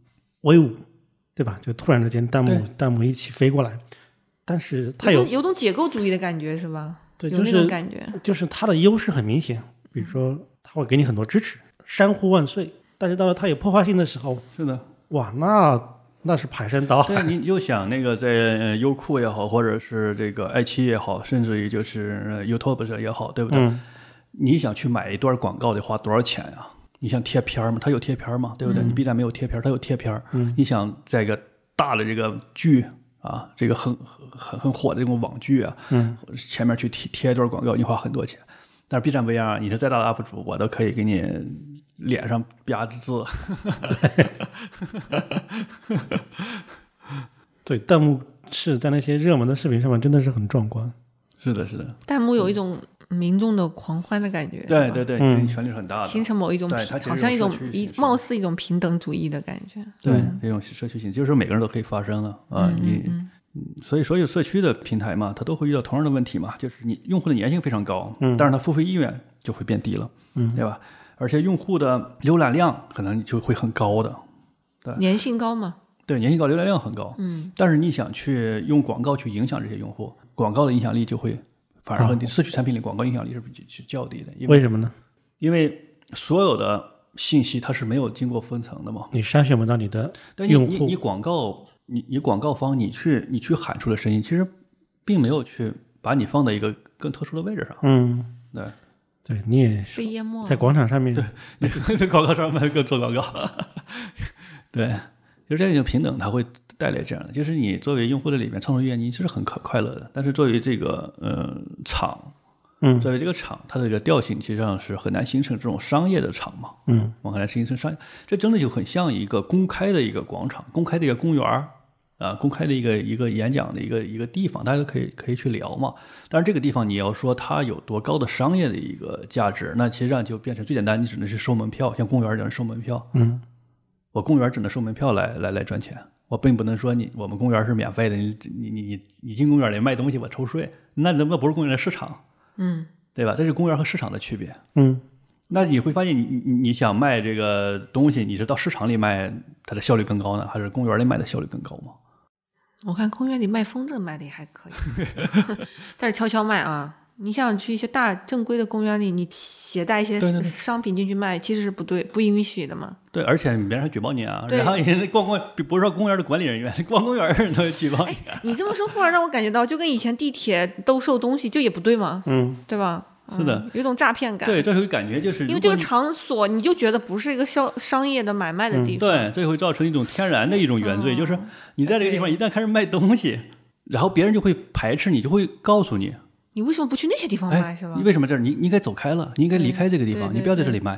Speaker 2: 威武，对吧？就突然之间弹幕
Speaker 1: 对
Speaker 2: 弹幕一起飞过来，但是它
Speaker 3: 有
Speaker 2: 有
Speaker 3: 种有种解构主义的感觉是吧？
Speaker 2: 对，
Speaker 3: 有
Speaker 2: 就
Speaker 3: 那种
Speaker 2: 是
Speaker 3: 感觉。
Speaker 2: 就是它的优势很明显，比如说它会给你很多支持，山呼万岁。但是到了它有破坏性的时候，
Speaker 1: 是的，
Speaker 2: 哇，那那是排山倒
Speaker 1: 对，
Speaker 2: 海。
Speaker 1: 你就想那个在呃优酷也好，或者是这个爱奇艺也好，甚至于就是呃 YouTube 上也好，对不对？
Speaker 2: 嗯，
Speaker 1: 你想去买一段广告得花多少钱啊？你想贴片儿吗？它有贴片儿吗？对不对？你 B 站没有贴片儿，它有贴片儿。
Speaker 2: 嗯
Speaker 1: 你想在一个大的这个剧啊，这个很很很火的这种网剧啊，
Speaker 2: 嗯，
Speaker 1: 前面去贴贴一段广告，你花很多钱。但是 B 站不一样啊，你是再大的 UP 主，我都可以给你脸上压字。
Speaker 2: 对，弹幕是在那些热门的视频上面真的是很壮观。
Speaker 1: 是的，是的，
Speaker 3: 弹幕有一种民众的狂欢的感觉，
Speaker 1: 对
Speaker 3: 是吧
Speaker 1: 对对，
Speaker 2: 嗯
Speaker 1: 你权力是很大的。
Speaker 3: 形成某一种
Speaker 1: 对
Speaker 3: 平
Speaker 1: 它其实
Speaker 3: 好像一种
Speaker 1: 有社区
Speaker 3: 一
Speaker 1: 形式
Speaker 3: 貌似一种平等主义的感觉。
Speaker 1: 对
Speaker 2: 嗯，
Speaker 1: 这种社区性，就是每个人都可以发声的啊。你、
Speaker 3: 嗯
Speaker 1: 所以所有社区的平台嘛，它都会遇到同样的问题嘛，就是你用户的粘性非常高，
Speaker 2: 嗯
Speaker 1: 但是它付费意愿就会变低了，
Speaker 2: 嗯
Speaker 1: 对吧？而且用户的浏览量可能就会很高的，
Speaker 3: 嗯粘性高嘛，
Speaker 1: 对，粘性高，浏览量很高，
Speaker 3: 嗯
Speaker 1: 但是你想去用广告去影响这些用户，广告的影响力就会反
Speaker 3: 啊
Speaker 1: 而很低。社区产品里广告影响力是比是较低的，因为
Speaker 2: 为什么呢？
Speaker 1: 因为所有的信息它是没有经过分层的嘛，
Speaker 2: 你筛选不到你的
Speaker 1: 但你
Speaker 2: 用
Speaker 1: 你
Speaker 2: 户
Speaker 1: 你广告，你你广告方，你去你去喊出的声音，其实并没有去把你放在一个更特殊的位置上。
Speaker 2: 嗯，
Speaker 1: 对，
Speaker 2: 对你也
Speaker 3: 被淹没
Speaker 2: 在
Speaker 3: 了。
Speaker 2: 广场上面，
Speaker 1: 你在 广告上面更做广告， 对，其实这种平等它会带来这样的，就是你作为用户的里面创作意愿，你是很快快乐的，但是作为这个呃厂，
Speaker 2: 嗯
Speaker 1: 作为这个厂，它的这个调性其实上是很难形成这种商业的厂嘛，
Speaker 2: 嗯，
Speaker 1: 我看来是一层商业，这真的就很像一个公开的一个广场、公开的一个公园儿，啊、公开的一个一个演讲的一个一个地方，大家都可以可以去聊嘛。但是这个地方你要说它有多高的商业的一个价值，那其实上就变成最简单，你只能是收门票，像公园儿只能收门票，
Speaker 2: 嗯，
Speaker 1: 我公园儿只能收门票来来来赚钱，我并不能说你我们公园儿是免费的，你你你你你进公园儿里卖东西我抽税，那那不是公园的市场，
Speaker 3: 嗯，
Speaker 1: 对吧？这是公园儿和市场的区别。
Speaker 2: 嗯，
Speaker 1: 那你会发现你，你你你想卖这个东西，你是到市场里卖，它的效率更高呢，还是公园里卖的效率更高吗？
Speaker 3: 我看公园里卖风筝卖的也还可以， 但是悄悄卖啊。你想去一些大正规的公园里，你携带一些
Speaker 1: 对对对
Speaker 3: 商品进去卖，其实是不对、不允许的嘛。
Speaker 1: 对，而且别人还举报你啊，
Speaker 3: 对
Speaker 1: 然后人家逛逛，不是说公园的管理人员， 逛公园的人都举报你。
Speaker 3: 你这么说，忽然让我感觉到，就跟以前地铁兜售东西，就也不对嘛，
Speaker 2: 嗯，
Speaker 3: 对吧？嗯
Speaker 1: 是的，
Speaker 3: 有种诈骗感。
Speaker 1: 对，这就会感觉就是如果你，
Speaker 3: 因为这个场所，你就觉得不是一个商商业的买卖的地
Speaker 1: 嗯
Speaker 3: 方。
Speaker 1: 对，这会造成一种天然的一种原罪，
Speaker 3: 哦哎
Speaker 1: 就是你在这个地方一旦开始卖东西，然后别人就会排斥你，就会告诉你，
Speaker 3: 你为什么不去那些地方卖？
Speaker 1: 哎
Speaker 3: 哦是，吧
Speaker 1: 你？为什么这儿？你你应该走开了，你应该离开这个地
Speaker 3: 对
Speaker 1: 方，
Speaker 3: 对
Speaker 1: 你不要在这里
Speaker 3: 对
Speaker 1: 卖。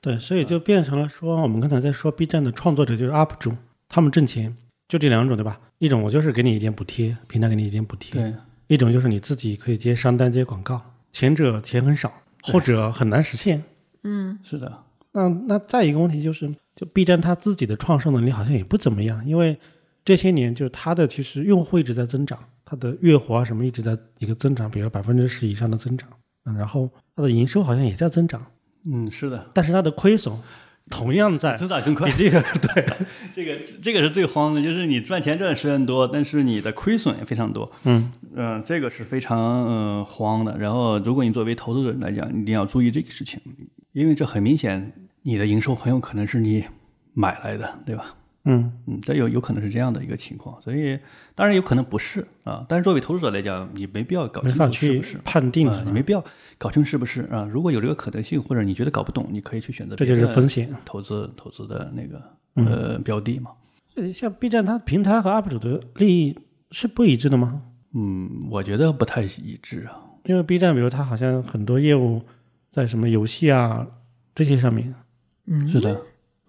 Speaker 2: 对，所以就变成了说，我们刚才在说 B 站的创作者就是 UP 主，他们挣钱就这两种，对吧？一种我就是给你一点补贴，平台给你一点补贴；
Speaker 1: 对，
Speaker 2: 一种就是你自己可以接商单、接广告，前者钱很少，后者很难实现。
Speaker 3: 嗯
Speaker 1: 是的，
Speaker 2: 那那再一个问题就是，就 B 站它自己的创收能力好像也不怎么样，因为这些年就是它的其实用户一直在增长，它的月活啊什么一直在一个增长，比如百分之十以上的增长，嗯，然后它的营收好像也在增长，
Speaker 1: 嗯，是的，
Speaker 2: 但是它的亏损同样在
Speaker 1: 增长更快
Speaker 2: 比。这个
Speaker 1: 这个这个是最慌的，就是你赚钱赚十万多，但是你的亏损也非常多，
Speaker 2: 嗯
Speaker 1: 嗯、这个是非常嗯、呃慌的。然后，如果你作为投资者来讲，你一定要注意这个事情，因为这很明显，你的营收很有可能是你买来的，对吧？
Speaker 2: 嗯
Speaker 1: 嗯，这有有可能是这样的一个情况，所以当然有可能不是啊。但是作为投资者来讲，你没必要搞
Speaker 2: 没
Speaker 1: 清
Speaker 2: 法
Speaker 1: 楚是
Speaker 2: 去
Speaker 1: 不是。
Speaker 2: 判定
Speaker 1: 啊
Speaker 2: 嗯是，
Speaker 1: 你
Speaker 2: 吧，
Speaker 1: 没必要搞清是不是啊？如果有这个可能性，或者你觉得搞不懂，你可以去选择
Speaker 2: 这
Speaker 1: 别
Speaker 2: 就是嗯
Speaker 1: 的
Speaker 2: 风险。
Speaker 1: 投资投资的那个呃标的嘛。
Speaker 2: 呃像 B 站，它平台和 UP 主的利益是不一致的吗？
Speaker 1: 嗯，我觉得不太一致啊。
Speaker 2: 因为 B 站，比如它好像很多业务在什么游戏啊这些上面，
Speaker 3: 嗯
Speaker 1: 是的，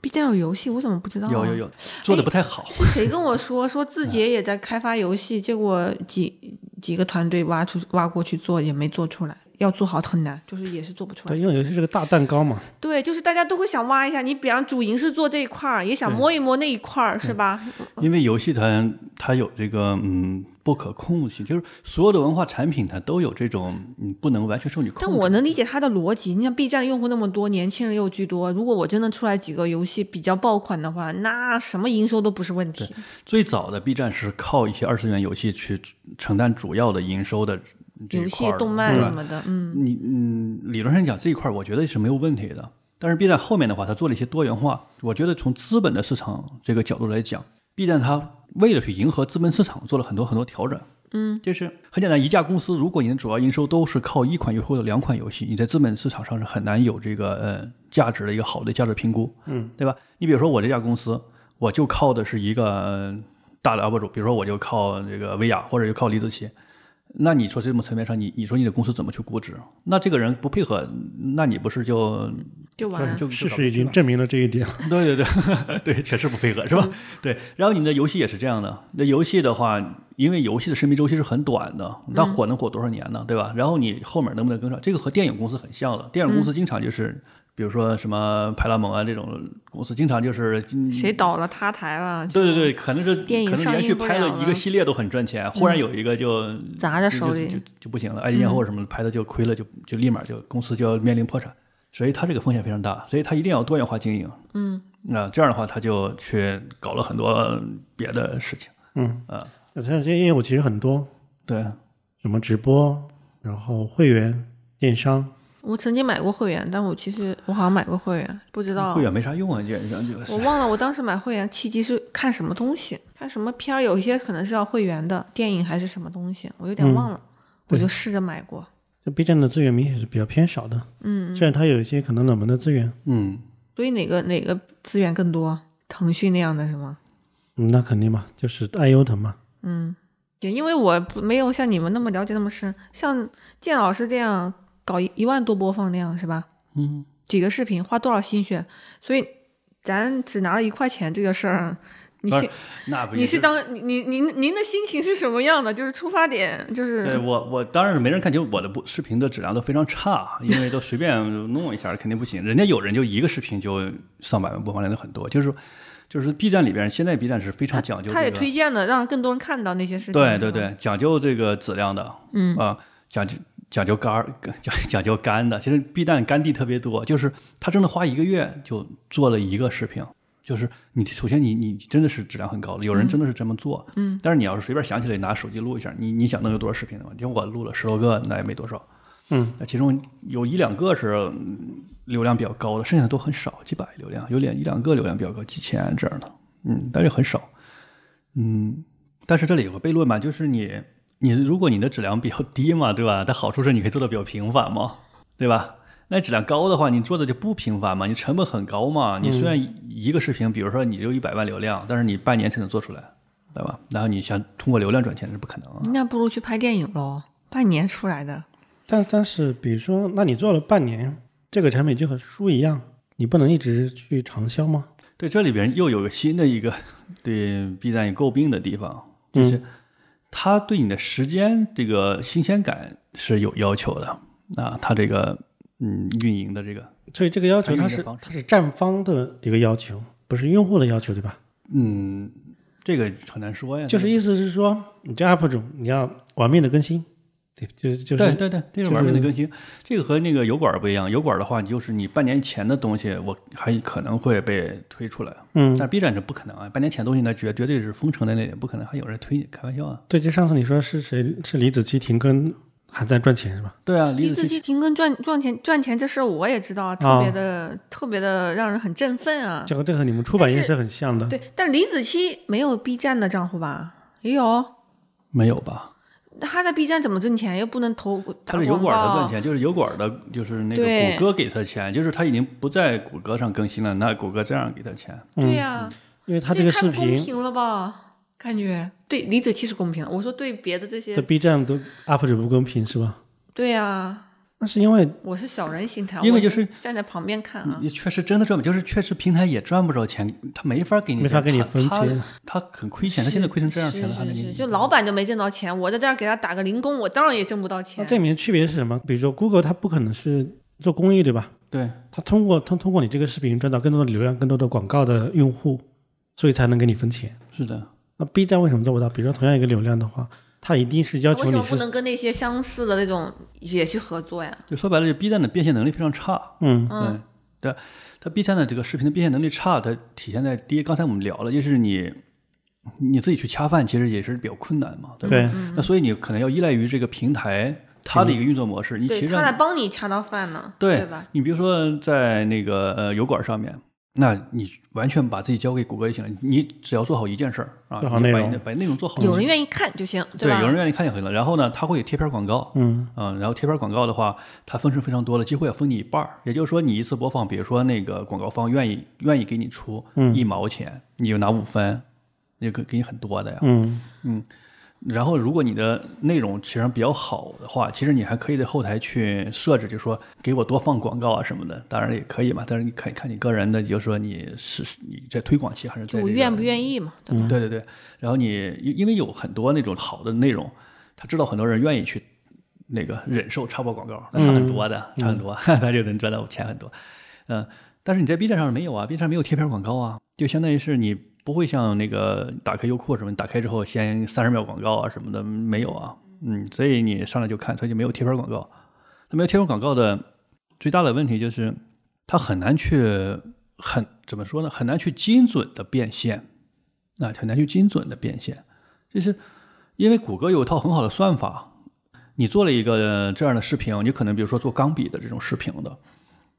Speaker 3: ，B 站有游戏，我怎么不知道、啊？
Speaker 1: 有有。有，做的不太好。
Speaker 3: 是谁跟我说 说字节也在开发游戏，结果几几个团队挖出挖过去做也没做出来，要做好很难，就是也是做不出来
Speaker 2: 对，。因为游戏是个大蛋糕嘛，
Speaker 3: 对，就是大家都会想挖一下，你比方主营是做这一块儿，也想摸一摸那一块儿，是吧？
Speaker 1: 因为游戏它它有这个嗯不可控性，就是所有的文化产品它都有这种嗯不能完全受你控制。
Speaker 3: 但我能理解他的逻辑。你像 B 站用户那么多，年轻人又居多，如果我真的出来几个游戏比较爆款的话，那什么营收都不是问题。
Speaker 1: 最早的 B 站是靠一些二次元游戏去承担主要的营收的这一
Speaker 3: 游戏
Speaker 1: 块、儿的
Speaker 3: 动漫
Speaker 1: 对
Speaker 3: 什
Speaker 1: 吧
Speaker 3: 么的，嗯，
Speaker 1: 你嗯，理论上讲这一块儿我觉得是没有问题的。但是 B 站后面的话，它做了一些多元化，我觉得从资本的市场这个角度来讲，B 站它为了去迎合资本市场，做了很多很多调整。嗯，就是很简单，一家公司如果你的主要营收都是靠一款游戏或者两款游戏，你在资本市场上是很难有这个呃价值的一个好的价值评估，嗯，对吧？你比如说我这家公司，我就靠的是一个呃大的 UP 主，比如说我就靠这个薇娅或者就靠李子柒，那你说这么层面上，你你说你的公司怎么去估值？那这个人不配合，那你不是就
Speaker 3: 就完了。
Speaker 1: 就
Speaker 2: 事
Speaker 1: 就搞
Speaker 2: 实已经证明了这一点。
Speaker 1: 对对对 对，确实不配合是吧？
Speaker 3: 嗯
Speaker 1: 对，然后你的游戏也是这样的，那游戏的话，因为游戏的生命周期是很短的，它火能火多少年呢？对吧？然后你后面能不能跟上？这个和电影公司很像的，电影公司经常就是，
Speaker 3: 嗯
Speaker 1: 比如说什么派拉蒙啊这种公司，经常就是今
Speaker 3: 谁倒了塌台了？
Speaker 1: 对对对，可能是
Speaker 3: 电影
Speaker 1: 可能
Speaker 3: 上
Speaker 1: 连
Speaker 3: 映
Speaker 1: 续
Speaker 3: 不
Speaker 1: 拍
Speaker 3: 了
Speaker 1: 了一个
Speaker 3: 了
Speaker 1: 系列都很赚钱，忽然有一个就
Speaker 3: 砸在
Speaker 1: 就
Speaker 3: 手
Speaker 1: 就
Speaker 3: 里嗯
Speaker 1: 就就不行了，爱情艳后什么的拍的就亏了，就就立马就公司就要面临破产，所以它这个风险非常大，所以它一定要多元化经营。
Speaker 3: 嗯，
Speaker 1: 那这样的话，他就去搞了很多别的事情。
Speaker 2: 嗯
Speaker 1: 啊，
Speaker 2: 那像这些业务其实很多，
Speaker 1: 对，
Speaker 2: 什么直播，然后会员、电商，
Speaker 3: 我曾经买过会员，但我其实我好像买过会员，不知道
Speaker 1: 会员没啥用啊，基本上就是
Speaker 3: 我忘了我当时买会员契机是看什么东西，看什么片儿，有一些可能是要会员的电影还是什么东西，我有
Speaker 1: 嗯
Speaker 3: 点忘了，我就试着买过。
Speaker 2: 就 B 站的资源明显是比较偏少的。嗯，虽然它有一些可能冷门的资源，
Speaker 1: 嗯，
Speaker 3: 所以哪个哪个资源更多？腾讯那样的是吗？
Speaker 2: 嗯，那肯定嘛，就是爱优腾嘛。
Speaker 3: 也因为我不没有像你们那么了解那么深，像建老师这样搞一一万多播放量是吧？
Speaker 1: 嗯，
Speaker 3: 几个视频花多少心血？所以咱只拿了一块钱这个事儿，你
Speaker 1: 当
Speaker 3: 是
Speaker 1: 那不啊
Speaker 3: 你
Speaker 1: 也
Speaker 3: 是当你你您您的心情是什么样的？就是出发点就是
Speaker 1: 对我，我当然是没人看，就是我的不视频的质量都非常差，啊因为都随便弄一下肯定不行。人家有人就一个视频就上百万播放量的很多，就是就是 B 站里边，现在 B 站是非常讲究、这个
Speaker 3: 他也推荐了，让更多人看到那些视频。
Speaker 1: 对
Speaker 3: 是吧
Speaker 1: 对，对，讲究这个质量的，嗯啊、讲究讲究干儿 讲讲究干的。其实 B 站干地特别多，就是他真的花一个月就做了一个视频。就是你首先你你真的是质量很高的，有人真的是这么做，嗯，但是你要是随便想起来拿手机录一下，你你想能有多少视频呢？因为我录了十多个，那也没多少，
Speaker 2: 嗯，
Speaker 1: 那其中有一两个是嗯流量比较高的，剩下的都很少，几百流量，有两一两个流量比较高，几千这样的，嗯，但是很少，嗯，但是这里有个悖论嘛，就是你你如果你的质量比较低嘛，对吧？它好处是你可以做的比较频繁嘛，对吧？那质量高的话，你做的就不频繁嘛，你成本很高嘛。你虽然一个视频，比如说你就一百万流量，但是你半年才能做出来，对吧？然后你想通过流量赚钱是不可能啊。
Speaker 3: 那不如去拍电影喽，半年出来的。
Speaker 2: 但但是，比如说，那你做了半年，这个产品就和书一样，你不能一直去长销吗？
Speaker 1: 对，这里边又有个新的一个对 B 站有诟病的地方，
Speaker 2: 嗯
Speaker 1: 就是它对你的时间这个新鲜感是有要求的啊，它这个嗯运营的这个
Speaker 2: 所以这个要
Speaker 1: 它
Speaker 2: 求它
Speaker 1: 运营的
Speaker 2: 是
Speaker 1: 方式
Speaker 2: 它是站方的一个要求，不是用户的要求，对吧？
Speaker 1: 嗯这个很难说呀，
Speaker 3: 嗯
Speaker 2: 就是
Speaker 1: 那
Speaker 2: 意思是说，你这 UP 主你要玩命的更新，对，就就
Speaker 1: 对
Speaker 2: 是
Speaker 1: 对对，这
Speaker 2: 就是是
Speaker 1: 玩命的更新，这个和那个油管儿不一样。油管儿的话，就是你半年前的东西，我还可能会被推出来，
Speaker 2: 嗯，
Speaker 1: 但 B 站是不可能啊。半年前的东西，那绝绝对是封城的那类，不可能还有人推你，开玩笑啊。
Speaker 2: 对，就上次你说是谁是李子柒停更还在赚钱是吧？
Speaker 1: 对啊，
Speaker 3: 李
Speaker 1: 李子
Speaker 3: 子柒
Speaker 1: 柒
Speaker 3: 停更赚赚钱赚钱这事儿我也知道啊，特别的、特别的让人很振奋啊。
Speaker 2: 这个这和你们出版业
Speaker 3: 但是
Speaker 2: 是很像的。
Speaker 3: 对，但李子柒没有 B 站的账户吧？也有，
Speaker 1: 没有吧？
Speaker 3: 那他在 B 站怎么挣钱？又不能投
Speaker 1: 他
Speaker 3: 打
Speaker 1: 是油
Speaker 3: 广
Speaker 1: 管的赚
Speaker 3: 告。
Speaker 1: 钱，就是油管的，就是那个
Speaker 3: 对
Speaker 1: 谷歌给他钱，就是他已经不在谷歌上更新了，那谷歌这样给他钱，
Speaker 3: 对呀、
Speaker 1: 嗯
Speaker 2: 因为他
Speaker 3: 这
Speaker 2: 这个
Speaker 3: 太
Speaker 2: 视
Speaker 3: 不公
Speaker 2: 频
Speaker 3: 平了吧？感觉对李子柒是公平的，我说对别的这些
Speaker 2: 在，B 站都 UP 主不公平是吧？
Speaker 3: 对呀、
Speaker 2: 那是因为
Speaker 3: 我是小人心态，
Speaker 1: 因为就
Speaker 3: 我
Speaker 1: 是嗯
Speaker 3: 站在旁边看啊。
Speaker 1: 也确实真的赚不，就是确实平台也赚不着钱，他没法给你
Speaker 2: 没法给你分
Speaker 1: 他
Speaker 2: 钱，
Speaker 1: 他他很亏钱，他现在亏成这样，
Speaker 3: 是
Speaker 1: 钱了还能
Speaker 3: 是
Speaker 1: 给
Speaker 3: 是，
Speaker 1: 你？
Speaker 3: 就老板就没挣到钱，我在这儿给他打个零工，我当然也挣不到
Speaker 2: 那
Speaker 3: 钱。
Speaker 2: 这里面区别是什么？比如说 Google 它不可能是做公益对吧？
Speaker 1: 对，
Speaker 2: 它通过它通过你这个视频赚到更多的流量、更多的广告的用户，所以才能给你分钱。
Speaker 1: 是的，
Speaker 2: 那 B 站为什么做不到？比如说同样一个流量的话，它一定是要求
Speaker 3: 啊为什
Speaker 2: 你
Speaker 3: 么不
Speaker 2: 是
Speaker 3: 能跟那些相似的那种也去合作呀？
Speaker 1: 就说白了，就 B 站的变现能力非常差，
Speaker 2: 嗯
Speaker 1: 嗯，对，它 B 站的这个视频的变现能力差，它体现在第一，刚才我们聊了，就是你你自己去恰饭，其实也是比较困难嘛，对吧？
Speaker 2: 对
Speaker 3: 嗯
Speaker 2: 嗯
Speaker 1: 那所以你可能要依赖于这个平台它的一个运作模式，你其
Speaker 3: 对
Speaker 1: 实
Speaker 3: 他来
Speaker 1: 让
Speaker 3: 帮你掐到饭呢，
Speaker 1: 对
Speaker 3: 吧？
Speaker 1: 你比如说在那个呃油管上面。那你完全把自己交给谷歌就行了，你只要做好一件事儿啊，
Speaker 2: 做好
Speaker 1: 你
Speaker 2: 内
Speaker 1: 把
Speaker 2: 容
Speaker 1: 你的把内容做好就行，
Speaker 3: 有人愿意看就行，
Speaker 1: 对
Speaker 3: 吧？
Speaker 1: 有人愿意看就行了。然后呢，它会贴片儿广告，
Speaker 2: 嗯，
Speaker 1: 嗯，然后贴片广告的话，它分数非常多了，几乎要分你一半儿。也就是说，你一次播放，比如说那个广告方愿意愿意给你出
Speaker 2: 嗯
Speaker 1: 一毛钱，你就拿五分，也给给你很多的呀。
Speaker 2: 嗯
Speaker 1: 然后，如果你的内容其实比较好的话，其实你还可以在后台去设置，就说给我多放广告啊什么的，当然也可以嘛。但是你看看你个人的，就是说你是你在推广期还是在、
Speaker 3: 就
Speaker 1: 这个、
Speaker 3: 愿不愿意嘛，对吧？
Speaker 1: 对对对，然后你因因为有很多那种好的内容，他知道很多人愿意去那个忍受插播广告，那差很多的，差很多， 他就能赚到钱很多。嗯，但是你在 B 站上没有啊，B 站上没有贴片广告啊，就相当于是你不会像那个打开优酷什么，打开之后先三十秒广告啊什么的没有啊，嗯，所以你上来就看，所以就没有贴片广告。那没有贴片广告的最大的问题就是，它很难去很怎么说呢，很难去精准的变现。那很难去精准的变现，就是因为谷歌有一套很好的算法，你做了一个这样的视频，你可能比如说做钢笔的这种视频的，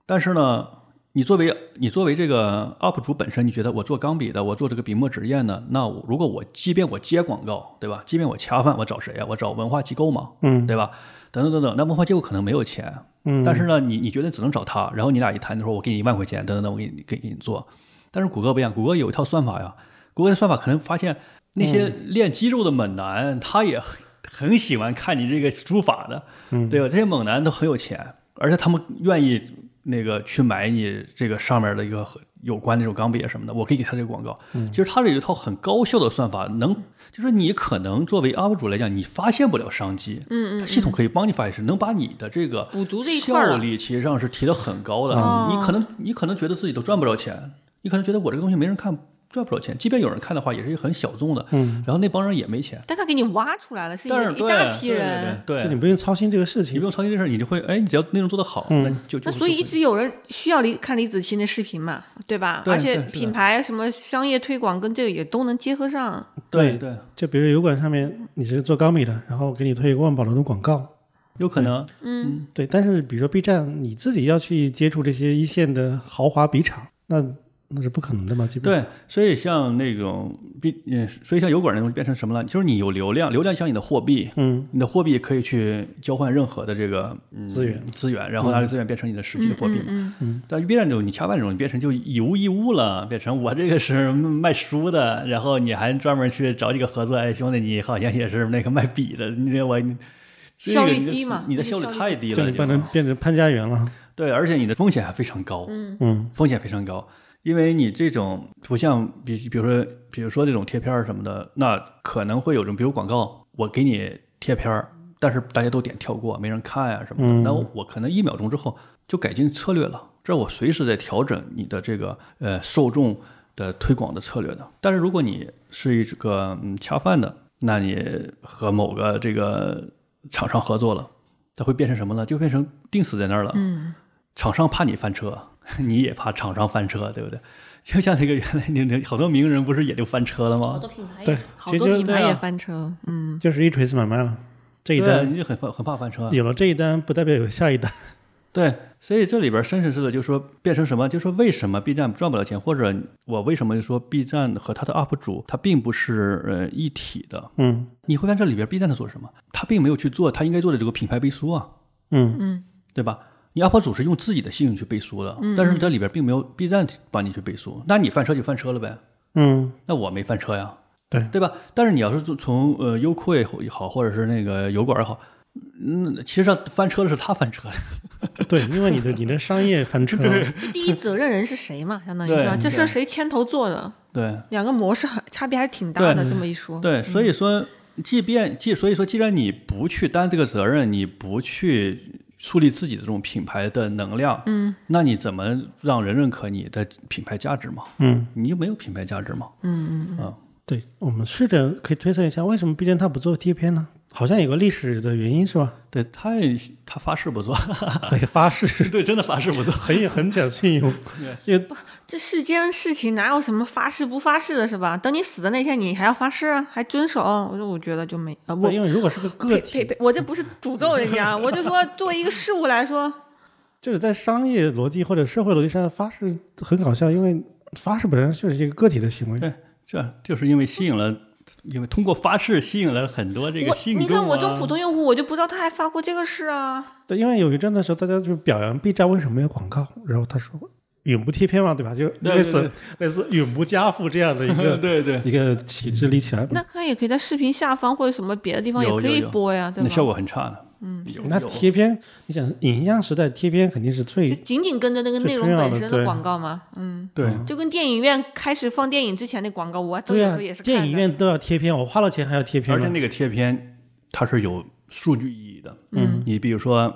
Speaker 1: 但是呢，你作为你作为这个 UP 主本身，你觉得我做钢笔的，我做这个笔墨纸砚的，那我如果我即便我接广告，对吧？即便我恰饭，我找谁呀、啊我找文化机构嘛，
Speaker 2: 嗯
Speaker 1: 对吧？等等等等，那文化机构可能没有钱，
Speaker 2: 嗯，
Speaker 1: 但是呢，你你觉得只能找他，然后你俩一谈，他说我给你一万块钱，等等等，我给你给给你做。但是谷歌不一样，谷歌有一套算法呀，谷歌的算法可能发现那些练肌肉的猛男，他也很很喜欢看你这个书法的，
Speaker 2: 嗯
Speaker 1: 对吧？这些猛男都很有钱，而且他们愿意那个去买你这个上面的一个和有关那种钢笔啊什么的，我可以给他这个广告。其实他这有一套很高效的算法，能就是你可能作为 UP 主来讲，你发现不了商机，
Speaker 3: 嗯嗯，
Speaker 1: 它系统可以帮你发现，是能把你的这个
Speaker 3: 补足这一块儿
Speaker 1: 效
Speaker 3: 了
Speaker 1: 率其实上是提的很高的。
Speaker 3: 嗯
Speaker 1: 你可能你可能觉得自己都赚不着钱，你可能觉得我这个东西没人看，赚不着钱。即便有人看的话，也是一个很小众的，
Speaker 2: 嗯，
Speaker 1: 然后那帮人也没钱。
Speaker 3: 但他给你挖出来了，是一
Speaker 1: 但
Speaker 3: 个
Speaker 1: 是
Speaker 3: 一
Speaker 1: 对
Speaker 3: 大批人，
Speaker 1: 对对
Speaker 2: 就
Speaker 1: 对
Speaker 2: 你
Speaker 1: 对，
Speaker 2: 不用操心这个事
Speaker 1: 你
Speaker 2: 情
Speaker 1: 不。用操心这事儿，你就会哎，你只要内容做得好，
Speaker 2: 嗯
Speaker 1: 那就就
Speaker 3: 那所以一直有人需要李看李子柒的视频嘛，对吧？
Speaker 1: 对
Speaker 3: 而且
Speaker 1: 对是的
Speaker 3: 品牌什么商业推广跟这个也都能结合上，
Speaker 1: 对对，
Speaker 2: 就比如油管上面你是做钢笔的，然后给你推一个万宝龙的广告，
Speaker 1: 有可能
Speaker 3: 嗯，
Speaker 2: 对，但是比如说 B 站，你自己要去接触这些一线的豪华笔厂，那那是不可能的嘛，基本
Speaker 1: 对，所以像那种比嗯，所以像油管那种变成什么了？就是你有流量，流量像你的货币，
Speaker 2: 嗯，
Speaker 1: 你的货币可以去交换任何的这个、嗯、
Speaker 2: 资源
Speaker 1: 资源，然后拿这资源变成你的实际的货币嘛。
Speaker 3: 嗯
Speaker 1: 但是 B 站这种，你恰饭这种，你变成就以无一物了，变成我这个是卖书的，然后你还专门去找几个合作，哎，兄弟，你好像也是那个卖笔的，你这我你这
Speaker 3: 效
Speaker 1: 个
Speaker 3: 率
Speaker 1: 你的
Speaker 3: 低嘛
Speaker 1: 你的
Speaker 3: 那就
Speaker 1: 效率
Speaker 3: 效率
Speaker 1: 太低
Speaker 2: 就
Speaker 1: 了，
Speaker 2: 你
Speaker 1: 就
Speaker 2: 不能变成潘家园了，
Speaker 1: 对，而且你的风险还非常高。
Speaker 3: 嗯
Speaker 2: 嗯
Speaker 1: 风险非常高，因为你这种不像比比如说比如说这种贴片儿什么的，那可能会有种比如广告，我给你贴片儿，但是大家都点跳过，没人看呀、什么的，
Speaker 2: 嗯
Speaker 1: 那我我可能一秒钟之后就改进策略了，这我随时在调整你的这个呃受众的推广的策略的。但是如果你是一个嗯恰饭的，那你和某个这个厂商合作了，它会变成什么呢？就变成定死在那儿了。
Speaker 3: 嗯，
Speaker 1: 厂商怕你翻车， 你也怕厂商翻车，对不对？就像那个原来那那好多名人不是也就翻车了
Speaker 3: 好
Speaker 1: 吗？
Speaker 3: 多品牌
Speaker 2: 对
Speaker 3: 也好
Speaker 2: 其
Speaker 3: 多
Speaker 2: 实
Speaker 3: 品牌
Speaker 2: 对啊
Speaker 3: 也翻车，嗯，
Speaker 2: 就是一锤子买卖了，这一
Speaker 1: 对
Speaker 2: 单
Speaker 1: 你就很怕很怕翻车啊。
Speaker 2: 有了这一单，不代表有下一单。
Speaker 1: 对，所以这里边深层次的就说变成什么，就说为什么 B 站赚不了钱，或者我为什么就说 B 站和它的 UP 主它并不是呃一体的。
Speaker 2: 嗯
Speaker 1: 你会看这里边 B 站它做什么，它并没有去做它应该做的这个品牌背书啊，
Speaker 2: 嗯
Speaker 3: 嗯，
Speaker 1: 对吧？你 UP 主是用自己的信用去背书的，但是这里边并没有 B 站帮你去背书，那你翻车就翻车了呗，
Speaker 2: 嗯，
Speaker 1: 那我没翻车呀，
Speaker 2: 对
Speaker 1: 对吧？但是你要是从从呃优酷也好，或者是那个油管也好，嗯，其实上翻车的是他翻车了，
Speaker 2: 对，因为你的你的商业翻 车，
Speaker 3: 就第一责任人是谁嘛，相当于
Speaker 1: 对
Speaker 3: 是吧？这事儿
Speaker 1: 对
Speaker 3: 谁牵头做的？
Speaker 1: 对。
Speaker 3: 两个模式很差别还挺大的，
Speaker 1: 对嗯
Speaker 3: 这么一说，
Speaker 1: 对，所以说，即便既所以说，既然你不去担这个责任，你不去树立自己的这种品牌的能量，嗯，那你怎么让人认可你的品牌价值嘛？
Speaker 2: 嗯，
Speaker 1: 你就没有品牌价值嘛？
Speaker 3: 嗯嗯
Speaker 1: 啊、
Speaker 2: 对，我们试着可以推测一下，为什么 B 站它不做贴片呢？好像有个历史的原因 是吧？
Speaker 1: 对，他他发誓不做，
Speaker 2: 对，发誓
Speaker 1: 对，真的发誓不做。
Speaker 2: 很很讲信用，因为
Speaker 3: 这世间事情哪有什么发誓不发誓的，是吧？等你死的那天，你还要发誓啊，还遵守，我说我觉得就没啊，我
Speaker 2: 不因为如果是个个
Speaker 3: 呸呸
Speaker 2: 体，
Speaker 3: 呸，我这不是诅咒人 家，我就说作为一个事物来说，
Speaker 2: 就是在商业逻辑或者社会逻辑上，发誓很搞笑，因为发誓本身就是一个个体的行为
Speaker 1: 对。这就是因为吸引了，因为通过发誓吸引了很多这个
Speaker 3: 我
Speaker 1: 信众、啊、
Speaker 3: 你看我这种普通用户，我就不知道他还发过这个誓啊。
Speaker 2: 对，因为有一阵的时候，大家就表扬 B 站为什么没有广告，然后他说永不贴片嘛，对吧？就
Speaker 1: 对
Speaker 2: 类似
Speaker 1: 对
Speaker 2: 类似永不加付这样的一个
Speaker 1: 对对，
Speaker 2: 一个旗帜立起来。
Speaker 3: 那他也可以在视频下方或者什么别的地方
Speaker 1: 嗯
Speaker 3: 也
Speaker 1: 有
Speaker 3: 可
Speaker 1: 有
Speaker 3: 以
Speaker 1: 有
Speaker 3: 播呀，对
Speaker 1: 那
Speaker 3: 吧？
Speaker 1: 效果很差的。嗯，有
Speaker 2: 那
Speaker 1: 有
Speaker 2: 贴片，你想影像时代贴片肯定是
Speaker 3: 就
Speaker 2: 最
Speaker 3: 紧紧跟着那个
Speaker 2: 最
Speaker 3: 内容
Speaker 2: 重要
Speaker 3: 本
Speaker 2: 的
Speaker 3: 身的
Speaker 2: 对
Speaker 3: 广告嘛，嗯，
Speaker 1: 对、
Speaker 3: 就跟电影院开始放电影之前那广告，我都
Speaker 2: 对
Speaker 3: 有时
Speaker 2: 啊
Speaker 3: 候也是，看
Speaker 2: 电影
Speaker 3: 的
Speaker 2: 院都要贴片，我花了钱还要贴片
Speaker 1: 而且
Speaker 2: 吗？
Speaker 1: 那个贴片它是有数据意义的。
Speaker 3: 嗯，
Speaker 1: 你比如说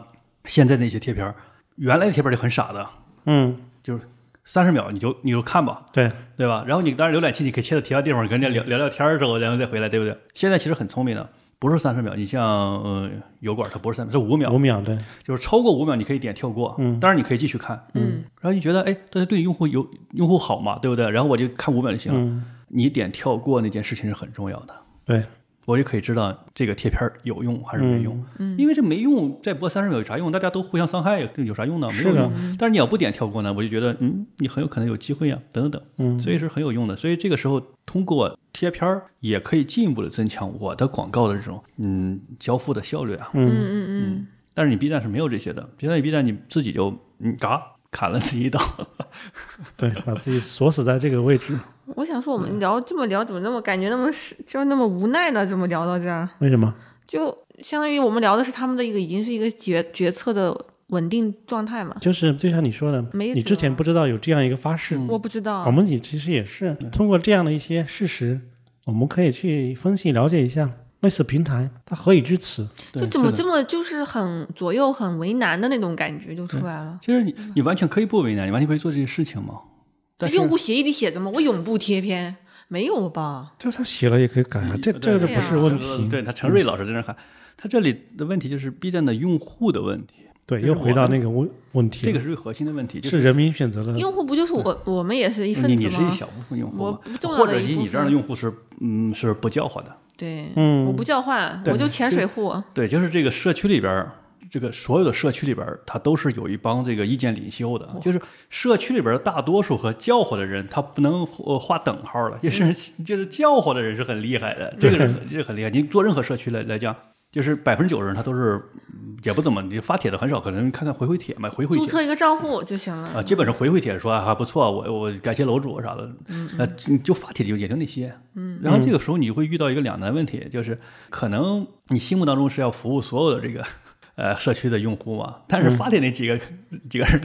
Speaker 1: 现在那些贴片儿，原来的贴片儿就很傻的，
Speaker 2: 嗯，
Speaker 1: 就是三十秒你就你就看吧，
Speaker 2: 对，
Speaker 1: 对吧？然后你当然浏览器你可以切到其他地方跟人家聊聊聊天儿之后，然后再回来，对不对？现在其实很聪明的。不是三十秒，你像呃油管，它不是三，是五秒
Speaker 2: 五，秒对，
Speaker 1: 就是超过五秒你可以点跳过，
Speaker 2: 嗯
Speaker 1: 当然你可以继续看，
Speaker 3: 嗯，
Speaker 1: 然后你觉得哎，这对用户有用户好嘛，对不对？然后我就看五秒就行了。
Speaker 2: 嗯，
Speaker 1: 你点跳过那件事情是很重要的，
Speaker 2: 对，
Speaker 1: 我就可以知道这个贴片儿有用还是没用。嗯，因为这没用，再播三十秒有啥用？大家都互相伤害，有有啥用呢？没
Speaker 2: 是
Speaker 1: 有
Speaker 2: 的
Speaker 1: 用。但是你要不点跳过呢，我就觉得，嗯，你很有可能有机会呀、等等等。
Speaker 2: 嗯
Speaker 1: 所以是很有用的。所以这个时候，通过贴片儿也可以进一步的增强我的广告的这种嗯交付的效率啊。
Speaker 3: 嗯
Speaker 2: 嗯，
Speaker 3: 嗯
Speaker 1: 但是你 B 站是没有这些的，B 站 B 站你自己就嗯嘎砍了自己一 刀。
Speaker 2: 对，把自己锁死在这个位置，
Speaker 3: 嗯，我想说我们聊这么聊，怎么那么感觉那么是就那么无奈呢？怎么聊到这儿？
Speaker 2: 为什么？
Speaker 3: 就相当于我们聊的是他们的一个已经是一个决决策的稳定状态嘛？
Speaker 2: 就是就像你说的，
Speaker 3: 没辙
Speaker 2: 你之前不知道有这样一个发誓，
Speaker 3: 我不知道
Speaker 2: 我，
Speaker 1: 哦
Speaker 2: 们也其实也是通过这样的一些事实，我们可以去分析了解一下类似平台它何以至此。
Speaker 3: 就
Speaker 1: 对
Speaker 3: 怎么
Speaker 1: 是的
Speaker 3: 这么就是很左右很为难的那种感觉就出来了。
Speaker 1: 其实你你完全可以不为难，你完全可以做这些事情嘛。但是
Speaker 3: 嗯用户协议里写着吗？我永不贴片，没有吧？
Speaker 2: 就是他写了也可以改啊，这这个
Speaker 3: 对
Speaker 2: 不是
Speaker 3: 啊
Speaker 2: 问题。
Speaker 1: 对他陈瑞老师在那喊，他这里的问题就是 B 站的用户的问题，
Speaker 2: 对，
Speaker 1: 就是
Speaker 2: 又回到
Speaker 1: 我们
Speaker 2: 那个问问题，
Speaker 1: 这个是最核心的问题，就是
Speaker 2: 人民选择了。
Speaker 3: 用户不就是我我们也是一份
Speaker 1: 嗯你
Speaker 3: 子
Speaker 1: 你是一
Speaker 3: 吗？
Speaker 1: 小部分用户
Speaker 3: 我
Speaker 1: 嘛
Speaker 3: 不，重要
Speaker 1: 或
Speaker 3: 的
Speaker 1: 者
Speaker 3: 一
Speaker 1: 以
Speaker 3: 部
Speaker 1: 你这样的
Speaker 3: 分
Speaker 1: 用户是嗯是不叫唤的，
Speaker 3: 对，
Speaker 2: 嗯
Speaker 3: 我不叫唤，
Speaker 1: 对
Speaker 3: 我就潜水户。
Speaker 1: 对，就是这个社区里边儿。这个所有的社区里边儿，它都是有一帮这个意见领袖的，就是社区里边儿大多数和叫唤的人，他不能呃画等号了，就是 就是叫唤的人是很厉害的，这个人很这个很厉害。你做任何社区来来讲，就是百分之九十人他都是嗯也不怎么，你发帖的很少，可能看看回回帖嘛，回回
Speaker 3: 注
Speaker 1: 帖。
Speaker 3: 册一个账户就行了。
Speaker 1: 啊，基本上回回帖说啊还不错，我我感谢楼主啥的，呃，你就发帖就也就那些，嗯，然后这个时候你会遇到一个两难问题，就是可能你心目当中是要服务所有的这个呃社区的用户嘛，但
Speaker 2: 嗯
Speaker 1: 是发帖那几个、几个人，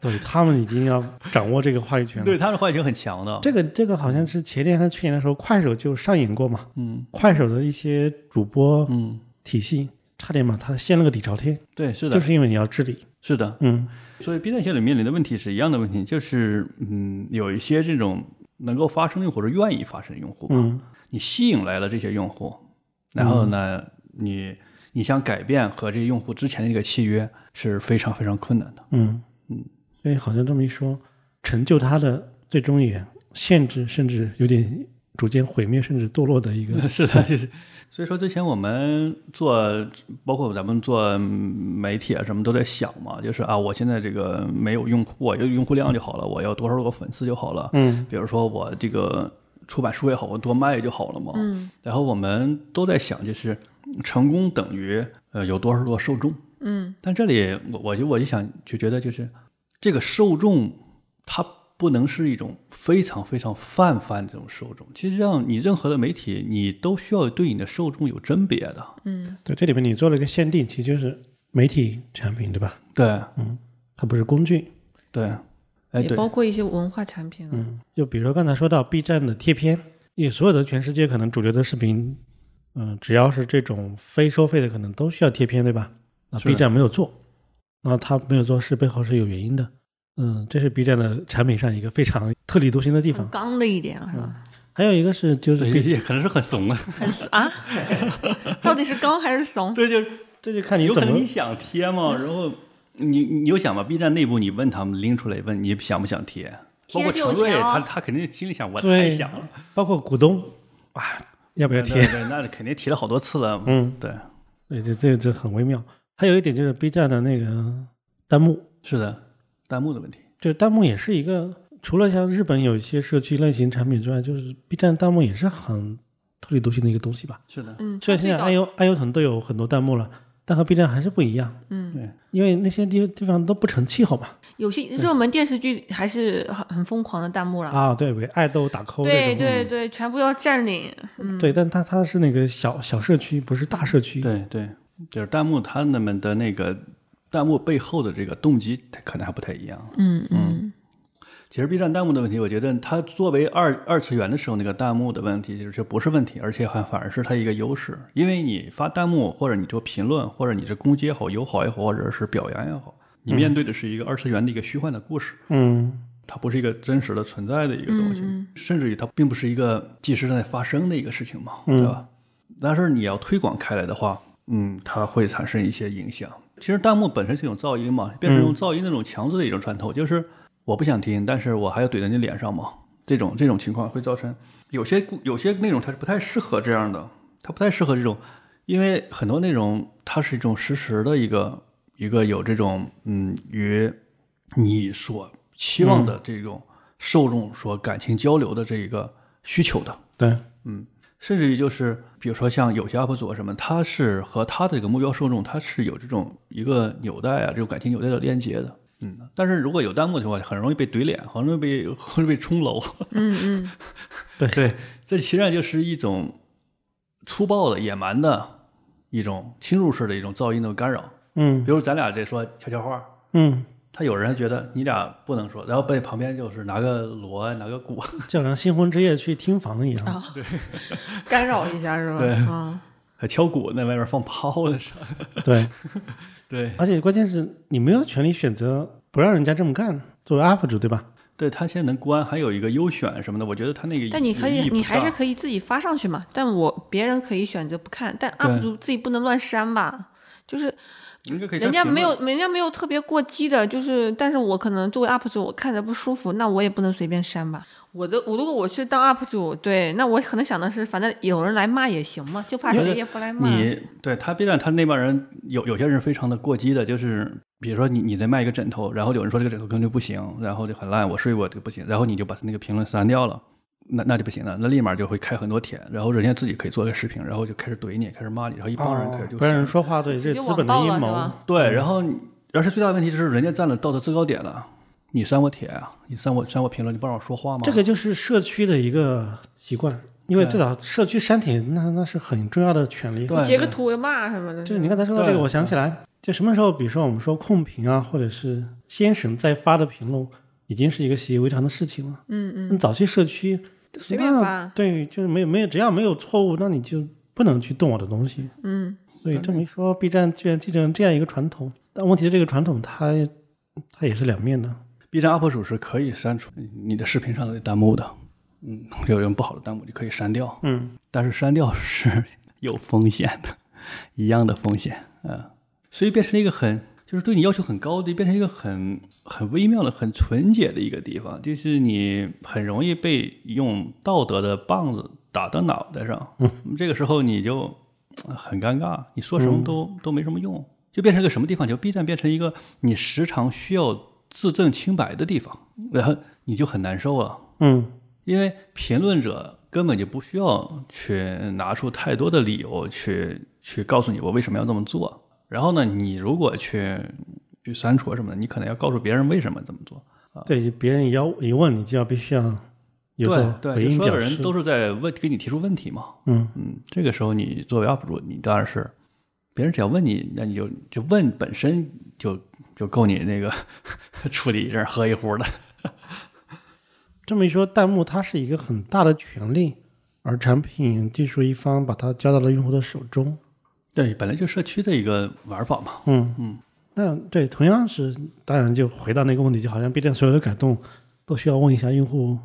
Speaker 2: 对他们已经要掌握这个话语权了。
Speaker 1: 对他们话语权很强的，
Speaker 2: 这个这个好像是前年还是去年的时候，快手就上演过嘛。
Speaker 1: 嗯
Speaker 2: 快手的一些主播
Speaker 1: 嗯，
Speaker 2: 体系差点把它掀了个底朝天，
Speaker 1: 对，是的，啊
Speaker 2: 就是因为你要治理。
Speaker 1: 是的，
Speaker 2: 嗯
Speaker 1: 所以 B 站现在面临的问题是一样的问题，就是嗯，有一些这种能够发声用户是愿意发声用户吧，
Speaker 2: 嗯
Speaker 1: 你吸引来了这些用户，然后呢，你你想改变和这些用户之前的这个契约是非常非常困难的。
Speaker 2: 嗯
Speaker 1: 嗯，
Speaker 2: 所以好像这么一说，成就他的最终也限制，甚至有点逐渐毁灭甚至堕落的 一个
Speaker 1: 是的，就是所以说之前我们做，包括咱们做媒体啊什么都在想嘛，就是啊，我现在这个没有用户啊，有用户量就好了，我要多少个粉丝就好了。
Speaker 2: 嗯，
Speaker 1: 比如说我这个出版书也好，我多卖就好了嘛。
Speaker 3: 嗯
Speaker 1: 然后我们都在想，就是成功等于呃有多少个受众。
Speaker 3: 嗯
Speaker 1: 但这里我我就我就想就觉得就是这个受众，它不能是一种非常非常泛泛的这种受众。其实上你任何的媒体，你都需要对你的受众有甄别的。
Speaker 3: 嗯
Speaker 2: 对，这里面你做了一个限定，其实就是媒体产品，对吧？
Speaker 1: 对
Speaker 2: 它不是工具。
Speaker 1: 对，哎
Speaker 3: 也
Speaker 1: 对
Speaker 3: 包括一些文化产品了。
Speaker 2: 嗯，就比如说刚才说到 B 站的贴片，也所有的全世界可能主流的视频，嗯、只要是这种非收费的，可能都需要贴片，对吧？那
Speaker 1: 是的
Speaker 2: B 站没有做，那它没有做是背后是有原因的。嗯，这是 B 站的产品上一个非常特立独行的地
Speaker 3: 很
Speaker 2: 方。
Speaker 3: 刚的一点
Speaker 1: 嗯
Speaker 3: 啊是吧？
Speaker 2: 还有一个是就是
Speaker 1: 对
Speaker 2: B
Speaker 1: 也可能是很怂 的，
Speaker 3: 很怂啊， 到底是刚还是怂？
Speaker 1: 嗯对，就
Speaker 2: 这就看你
Speaker 1: 有可
Speaker 2: 怎
Speaker 1: 能
Speaker 2: 么
Speaker 1: 你想贴嘛，
Speaker 3: 嗯
Speaker 1: 然后你你就想吧，B 站内部你问他们拎出来问你想不想贴，包括
Speaker 3: 贴就哦
Speaker 1: 陈瑞
Speaker 3: 行
Speaker 1: 他他肯定心里想我太
Speaker 2: 对
Speaker 1: 想了，
Speaker 2: 包括股东啊，要不要
Speaker 1: 对
Speaker 2: 贴？
Speaker 1: 对，那肯定提了好多次了，
Speaker 2: 嗯，
Speaker 1: 对，
Speaker 2: 对，这这这很微妙。还有一点就是 B 站的那个弹幕，
Speaker 1: 是的，弹幕的问题，
Speaker 2: 就是弹幕也是一个，除了像日本有一些社区类型产品之外，就是 B 站弹幕也是很特立独行的一个东西吧。
Speaker 1: 是的，
Speaker 3: 嗯，
Speaker 2: 虽然
Speaker 3: 他
Speaker 2: 现在
Speaker 3: 最早
Speaker 1: 哎
Speaker 2: 爱优爱优腾都有很多弹幕了，但和 B 站还是不一样，
Speaker 3: 嗯，
Speaker 1: 对，
Speaker 2: 因为那些地地方都不成气候嘛。
Speaker 3: 有些
Speaker 1: 嗯
Speaker 3: 热门电视剧还是很很疯狂的弹幕了。
Speaker 2: 啊，对，为爱豆打 call 这
Speaker 3: 对
Speaker 1: 嗯
Speaker 2: 种。
Speaker 3: 对对，全部要占领。嗯，
Speaker 2: 对，但它它是那个小小社区，不是大社区。
Speaker 1: 对对，就是弹幕他们的那个弹幕背后的这个动机，它可能还不太一样。
Speaker 3: 嗯嗯
Speaker 1: 其实 B 站弹幕的问题，我觉得它作为二二次元的时候，那个弹幕的问题就是不是问题，而且还反而是它一个优势，因为你发弹幕或者你做评论，或者你是攻击也好、友好也好，或者是表扬也好，你面对的是一个二次元的一个虚幻的故事，
Speaker 2: 嗯，
Speaker 1: 它不是一个真实的存在的一个东西，
Speaker 3: 嗯
Speaker 1: 甚至于它并不是一个即时正在发生的一个事情嘛，
Speaker 2: 嗯
Speaker 1: 对吧？但是你要推广开来的话，嗯，它会产生一些影响。其实弹幕本身是一种噪音嘛，变成用噪音那种强制的一种穿透，就是我不想听，但是我还要怼在你脸上嘛，这种这种情况会造成有些故有些内容它是不太适合这样的，它不太适合这种，因为很多内容它是一种实时的一个一个有这种嗯与你所期望的这种受众所感情交流的这一个需求的，
Speaker 2: 对，
Speaker 1: 嗯，甚至于就是比如说像有些 UP 主啊什么，他是和他的这个目标受众，他是有这种一个纽带啊，这种感情纽带的链接的。嗯，但是如果有弹幕的话，很容易被怼脸，很容易被很容易被冲楼。
Speaker 3: 嗯嗯，
Speaker 1: 对，这其实上就是一种粗暴的、野蛮的一种侵入式的一种噪音的干扰。比
Speaker 2: 嗯
Speaker 1: 如咱俩这说悄悄话，
Speaker 2: 嗯，
Speaker 1: 他有人还觉得你俩不能说，然后被旁边就是拿个锣啊拿个鼓，
Speaker 2: 就好像新婚之夜去听房一样。
Speaker 3: 啊干扰一下是吧？
Speaker 1: 对
Speaker 3: 嗯
Speaker 1: 还敲鼓，那外面放炮的声。
Speaker 2: 对，
Speaker 1: 对，
Speaker 2: 而且关键是你没有权利选择不让人家这么干，作为 UP 主对吧？
Speaker 1: 对他现在能关，还有一个优选什么的，我觉得他那个
Speaker 3: 但你可
Speaker 1: 意义
Speaker 3: 以，
Speaker 1: 不
Speaker 3: 你还
Speaker 1: 大
Speaker 3: 是可以自己发上去嘛。但我别人可以选择不看，但 UP 主自己不能乱删吧？就是
Speaker 1: 应该可以
Speaker 3: 人家
Speaker 1: 删评
Speaker 3: 没有
Speaker 1: 论，
Speaker 3: 人家没有特别过激的，就是，但是我可能作为 UP 主，我看着不舒服，那我也不能随便删吧。我的，我如果我去当 UP 主，对，那我可能想的是，反正有人来骂也行嘛，就怕
Speaker 1: 因为
Speaker 3: 谁也不来骂。
Speaker 1: 你对他 B 站他那帮人有有些人非常的过激的，就是比如说你你在卖一个枕头，然后有人说这个枕头根本就不行，然后就很烂，我睡过这个不行，然后你就把他那个评论删掉了。那那就不行了，那立马就会开很多帖，然后人家自己可以做个视频，然后就开始怼你，开始骂你，然后一帮人开始就
Speaker 2: 哦不让
Speaker 1: 想
Speaker 2: 人说嗯话，对，这
Speaker 3: 直
Speaker 2: 是
Speaker 3: 接
Speaker 2: 资本
Speaker 3: 网
Speaker 2: 的
Speaker 3: 暴
Speaker 2: 阴
Speaker 3: 了对
Speaker 2: 谋
Speaker 3: 吧。
Speaker 1: 对，然后你而且最大的问题就是人家站了道德制高点了，你删我帖啊，你删我删我评论，你不让我说话吗？
Speaker 2: 这个就是社区的一个习惯，因为
Speaker 1: 对
Speaker 2: 最早社区删帖那那是很重要的权利。
Speaker 1: 对
Speaker 3: 截个图骂什么的，
Speaker 2: 就是你刚才说到这个，
Speaker 1: 对
Speaker 2: 我想起来，就什么时候，比如说我们说控评啊，或者是先审再发的评论，已经是一个习以为常的事情了。
Speaker 3: 嗯嗯，
Speaker 2: 那早期社区
Speaker 3: 就随便
Speaker 2: 那
Speaker 3: 发，
Speaker 2: 对，就是没有没有，只要没有错误，那你就不能去动我的东西。
Speaker 3: 嗯
Speaker 2: 所以这么一说，B 站居然继承这样一个传统，但问题是这个传统它它也是两面的。
Speaker 1: B 站 UP 主是可以删除你的视频上的弹幕的，嗯，有人不好的弹幕就可以删掉，
Speaker 2: 嗯，
Speaker 1: 但是删掉是有风险的，一样的风险，嗯，所以变成了一个很就是对你要求很高的，变成一个很很微妙的、很纯洁的一个地方，就是你很容易被用道德的棒子打到脑袋上，这个时候你就呃很尴尬，你说什么都、都没什么用，就变成一个什么地方？就 B 站变成一个你时常需要自证清白的地方，然后你就很难受啊，
Speaker 2: 嗯
Speaker 1: 因为评论者根本就不需要去拿出太多的理由去去告诉你我为什么要这么做。然后呢，你如果去去删除什么的，你可能要告诉别人为什么这么做。
Speaker 2: 对，别人也要一问你就要必须要有所
Speaker 1: 对
Speaker 2: 回
Speaker 1: 对，
Speaker 2: 应
Speaker 1: 所有
Speaker 2: 表
Speaker 1: 的
Speaker 2: 示
Speaker 1: 人，都是在问给你提出问题嘛。
Speaker 2: 嗯
Speaker 1: 嗯，这个时候你作为 UP 主，你当然是别人只要问你，那你就就问本身就就够你那个 处理一阵儿喝一壶的。
Speaker 2: 这么一说，弹幕它是一个很大的权利，而产品技术一方把它交到了用户的手中。
Speaker 1: 对，本来就社区的一个玩法嘛。
Speaker 2: 嗯
Speaker 1: 嗯，
Speaker 2: 那对，同样是，当然就回到那个问题，就好像 B 站所有的改动都需要问一下用户，